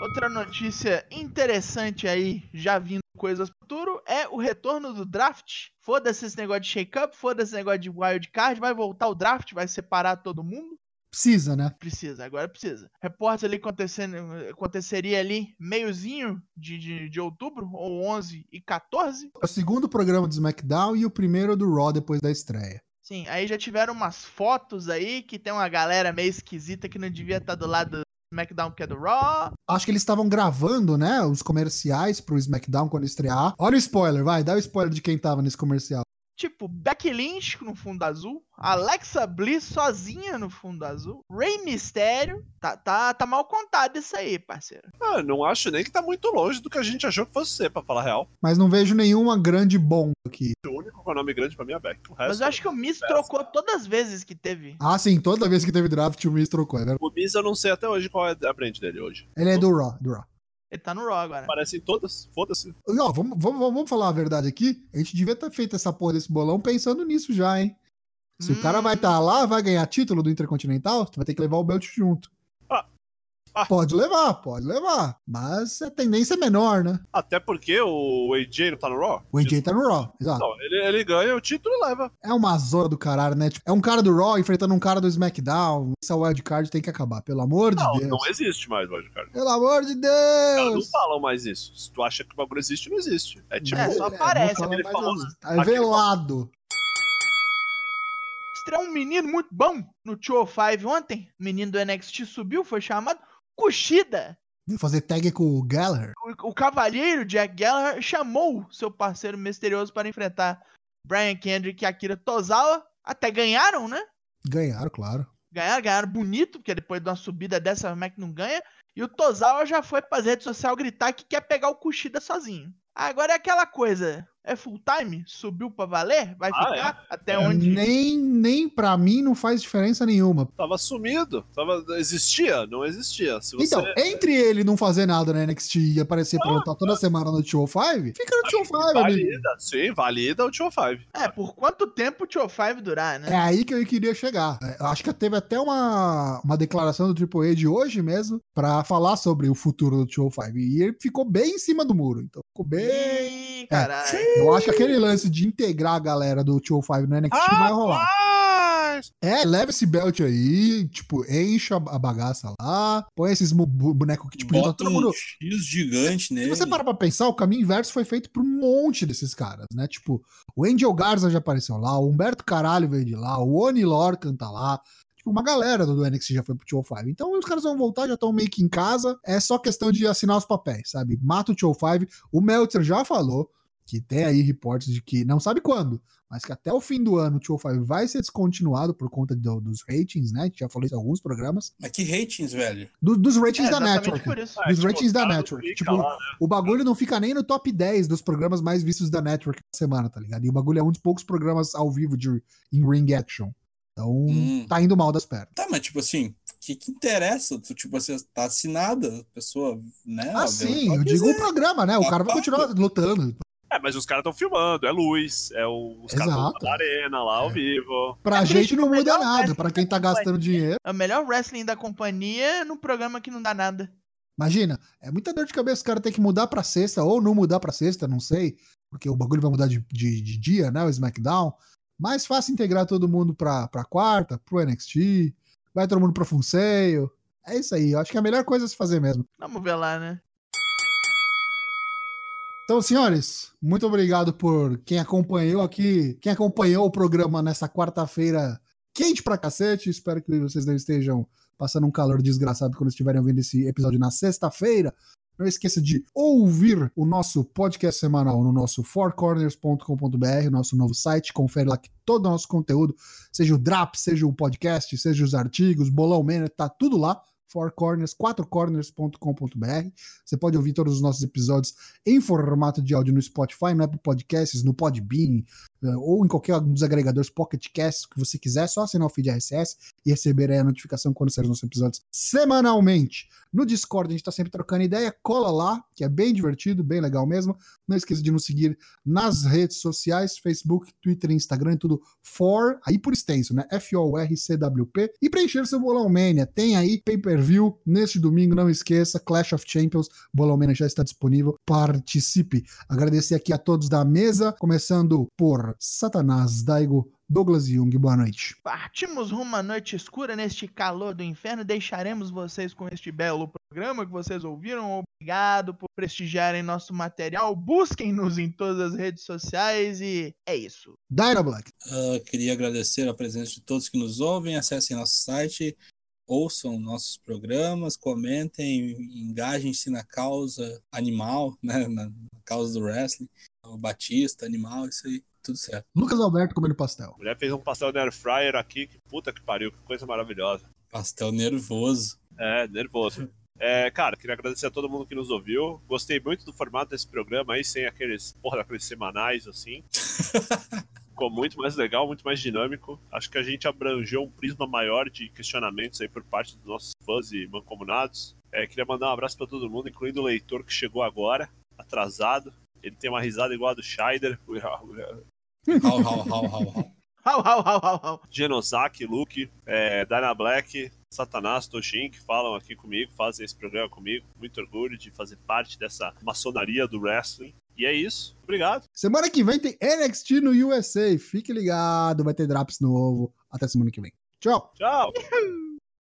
S3: Outra notícia interessante aí, já vindo coisas pro futuro, é o retorno do draft. Foda-se esse negócio de shake-up, foda-se esse negócio de wild card, vai voltar o draft, vai separar todo mundo.
S1: Precisa, né?
S3: Precisa, agora precisa. Repórter ali acontecendo, aconteceria ali meiozinho de, de, de outubro, ou 11 e 14.
S1: É o segundo programa do SmackDown e o primeiro do Raw depois da estreia.
S3: Sim, aí já tiveram umas fotos aí que tem uma galera meio esquisita que não devia estar do lado do SmackDown que é do Raw.
S1: Acho que eles estavam gravando, né? Os comerciais pro SmackDown quando estrear. Olha o spoiler, vai, dá o spoiler de quem tava nesse comercial.
S3: Tipo, Becky Lynch no fundo azul, Alexa Bliss sozinha no fundo azul, Rey Mysterio, tá, tá, tá mal contado isso aí, parceiro.
S4: Ah, não acho nem que tá muito longe do que a gente achou que fosse ser, pra falar a real.
S1: Mas não vejo nenhuma grande bomba aqui.
S4: O único com o nome grande pra mim é Beck. O resto,
S3: Mas eu acho que o Miz trocou todas as vezes que teve.
S1: Ah, sim, toda vez que teve draft, o Miz trocou. né?
S4: O Miz eu não sei até hoje qual é a brand dele hoje.
S1: Ele é do Raw, do Raw.
S3: Ele tá no Raw agora.
S4: Parecem todas, foda-se.
S1: Não, vamos, vamos, vamos falar a verdade aqui. A gente devia ter feito essa porra desse bolão pensando nisso já, hein? Se o cara
S4: Hum.
S1: vai estar lá, vai ganhar título do Intercontinental, tu vai ter que levar o belt junto.
S4: Ah. Ah.
S1: Pode levar, pode levar. Mas a tendência é menor, né?
S4: Até porque o AJ não tá no Raw.
S1: O AJ tá no Raw, exato.
S4: Não, ele, ele ganha o título e leva.
S1: É uma zona do caralho, né? Tipo, é um cara do Raw enfrentando um cara do SmackDown. Essa wildcard tem que acabar, pelo amor de
S4: Não, é-
S1: Deus.
S4: não existe mais wildcard.
S1: Pelo amor de
S4: Elas não
S1: Deus!
S4: falam mais isso. Se tu acha que o bagulho existe, não existe. É tipo.
S3: É, só
S1: não
S3: aparece,
S1: fala
S4: ele
S1: mais
S4: falou,
S1: nada.
S4: né?
S1: É velado.
S3: Estreou um menino muito bom no 205 ontem. O menino do NXT subiu, foi chamado Kushida.
S1: Vou fazer tag com o Gallagher.
S3: O, o cavalheiro Jack Gallagher chamou seu parceiro misterioso para enfrentar Brian Kendrick e Akira Tozawa. Até ganharam, né?
S1: Ganharam, claro.
S3: Ganharam, ganharam bonito, porque depois de uma subida dessa, como é que não ganha? E o Tozawa já foi pras redes sociais gritar que quer pegar o Kushida sozinho. Agora é aquela coisa, é full time? Subiu pra valer? Vai
S4: Ah,
S3: ficar até É onde...
S1: É, Nem, nem pra mim não faz diferença nenhuma.
S4: Tava sumido. Tava... Existia? Não existia. Se você...
S1: Então, entre ele não fazer nada na NXT e aparecer pra lutar toda semana no 205, fica no 205 ali.
S4: Valida, sim, valida o Tio Five.
S3: É, por quanto tempo o 205 durar, né?
S1: É aí que eu queria chegar. É, eu Acho que teve até uma, uma declaração do Triple A de hoje mesmo pra falar sobre o futuro do 205. E ele ficou bem em cima do muro. Então ficou bem. É,
S3: Ih, caralho.
S1: Eu acho que aquele lance de integrar a galera do 205 no NXT
S3: Ah,
S1: vai rolar.
S4: Rapaz!
S1: É, leva esse belt aí, tipo, enche a a bagaça lá, põe esses mu- bu- boneco que, tipo, já tá
S2: Bota
S1: todo
S2: um
S1: mundo.
S2: X gigante
S1: Se
S2: nele.
S1: você parar pra pensar, o caminho inverso foi feito por um monte desses caras, né? Tipo, o Angel Garza já apareceu lá, o Humberto Caralho veio de lá, o Oni Lorcan tá lá. Tipo, uma galera do do NXT já foi pro 205. Então os caras vão voltar, já estão meio que em casa. É só questão de assinar os papéis, sabe? Mata o 205. O Meltzer já falou que tem aí reportes de que não sabe quando, mas que até o fim do ano o 205 vai ser descontinuado por conta do- dos ratings, né? A gente já falou isso em alguns programas.
S2: Mas que ratings, velho.
S1: Do- dos
S3: É,
S1: ratings da
S3: exatamente
S1: Network.
S3: por isso.
S4: É,
S1: Dos
S4: tipo,
S1: ratings da
S4: cara,
S1: Network.
S4: fica
S1: Tipo,
S4: lá, né?
S1: o bagulho não fica nem no top 10 dos programas mais vistos da Network na semana, tá ligado? E o bagulho é um dos poucos programas ao vivo de em ring action. Então,
S2: Hum.
S1: tá indo mal das pernas.
S2: Tá, mas tipo assim, o que, que interessa? Tu, tipo assim, tá assinada, a pessoa, né?
S1: Ah,
S2: ela
S1: sim,
S2: vai
S1: eu digo o
S2: dizer.
S1: programa, né? O
S2: Tá
S1: cara vai
S2: pago.
S1: continuar lutando.
S4: É, mas os caras estão filmando, é luz, é o... os caras
S1: Exato.
S4: estão na arena lá ao
S1: É.
S4: vivo.
S1: Pra
S3: É
S1: gente
S3: triste,
S1: não
S3: mas
S1: muda
S3: não,
S1: nada.
S3: mas
S1: Pra quem tá
S3: não vai.
S1: gastando dinheiro,
S3: É o melhor wrestling da companhia num programa que não dá nada.
S1: imagina. É muita dor de cabeça o cara ter que mudar pra sexta ou não mudar pra sexta, não sei. Porque o bagulho vai mudar de, de- de dia, né? O SmackDown. Mais fácil integrar todo mundo pra, pra quarta, pro NXT. Vai todo mundo pro Funseio. É isso aí. Eu acho que é a melhor coisa a se fazer mesmo.
S3: Vamos ver lá, né?
S1: Então, senhores, muito obrigado por quem acompanhou aqui, quem acompanhou o programa nessa quarta-feira quente pra cacete. Espero que vocês não estejam passando um calor desgraçado quando estiverem ouvindo esse episódio na sexta-feira. Não esqueça de ouvir o nosso podcast semanal no nosso fourcorners.com.br, nosso novo site. Confere lá que todo o nosso conteúdo, seja o DRAP, seja o podcast, seja os artigos, Bolão Mena, tá tudo lá. fourcorners, quatrocorners.com.br. Você pode ouvir todos os nossos episódios em formato de áudio no Spotify, no Apple Podcasts, no Podbean, eh, ou em qualquer um dos agregadores Pocket Casts que você quiser, é só assinar o feed RSS e receber aí a notificação quando sair os nossos episódios semanalmente. No Discord a gente tá sempre trocando ideia, cola lá, que é bem divertido, bem legal mesmo. Não esqueça de nos seguir nas redes sociais, Facebook, Twitter, Instagram, tudo for, aí por extenso, né? F-O-R-C-W-P. E preencher seu bolão mania. Tem aí pay per pay-per-view. Neste domingo, não esqueça, Clash of Champions, Bola Almeida já está disponível. Participe. Agradecer aqui a todos da mesa, começando por Satanás, Daigo, Douglas Jung. Boa noite.
S3: Partimos rumo à noite escura neste calor do inferno. Deixaremos vocês com este belo programa que vocês ouviram. Obrigado por prestigiarem nosso material. Busquem-nos em todas as redes sociais e é isso.
S1: Dyna Black.
S2: Ah, queria agradecer a presença de todos que nos ouvem. Acessem nosso site, ouçam nossos programas, comentem, engajem-se na causa animal, né? na na causa do wrestling, o Batista, animal, isso aí, tudo certo.
S1: Lucas Alberto comendo pastel.
S4: A mulher fez um pastel de air fryer aqui, que puta que pariu, que coisa maravilhosa.
S2: Pastel nervoso.
S4: É, nervoso. É, cara, queria agradecer a todo mundo que nos ouviu. Gostei muito do formato desse programa aí, sem aqueles, porra, aqueles semanais assim. Ficou muito mais legal, muito mais dinâmico. Acho que a gente abrangeu um prisma maior de questionamentos aí por parte dos nossos fãs e mancomunados. É, queria mandar um abraço pra todo mundo, incluindo o leitor que chegou agora, atrasado. Ele tem uma risada igual a do Scheider,
S2: Hau, hau, hau, hau, hau.
S3: Au, au, au, au, au.
S4: Genosaki, Luke, é, Dyna Black, Satanás, Toshin, que falam aqui comigo, fazem esse programa comigo. Muito orgulho de fazer parte dessa maçonaria do wrestling. E é isso. Obrigado.
S1: Semana que vem tem NXT no USA. Fique ligado, vai ter Draps novo. Até semana que vem. Tchau.
S4: Tchau.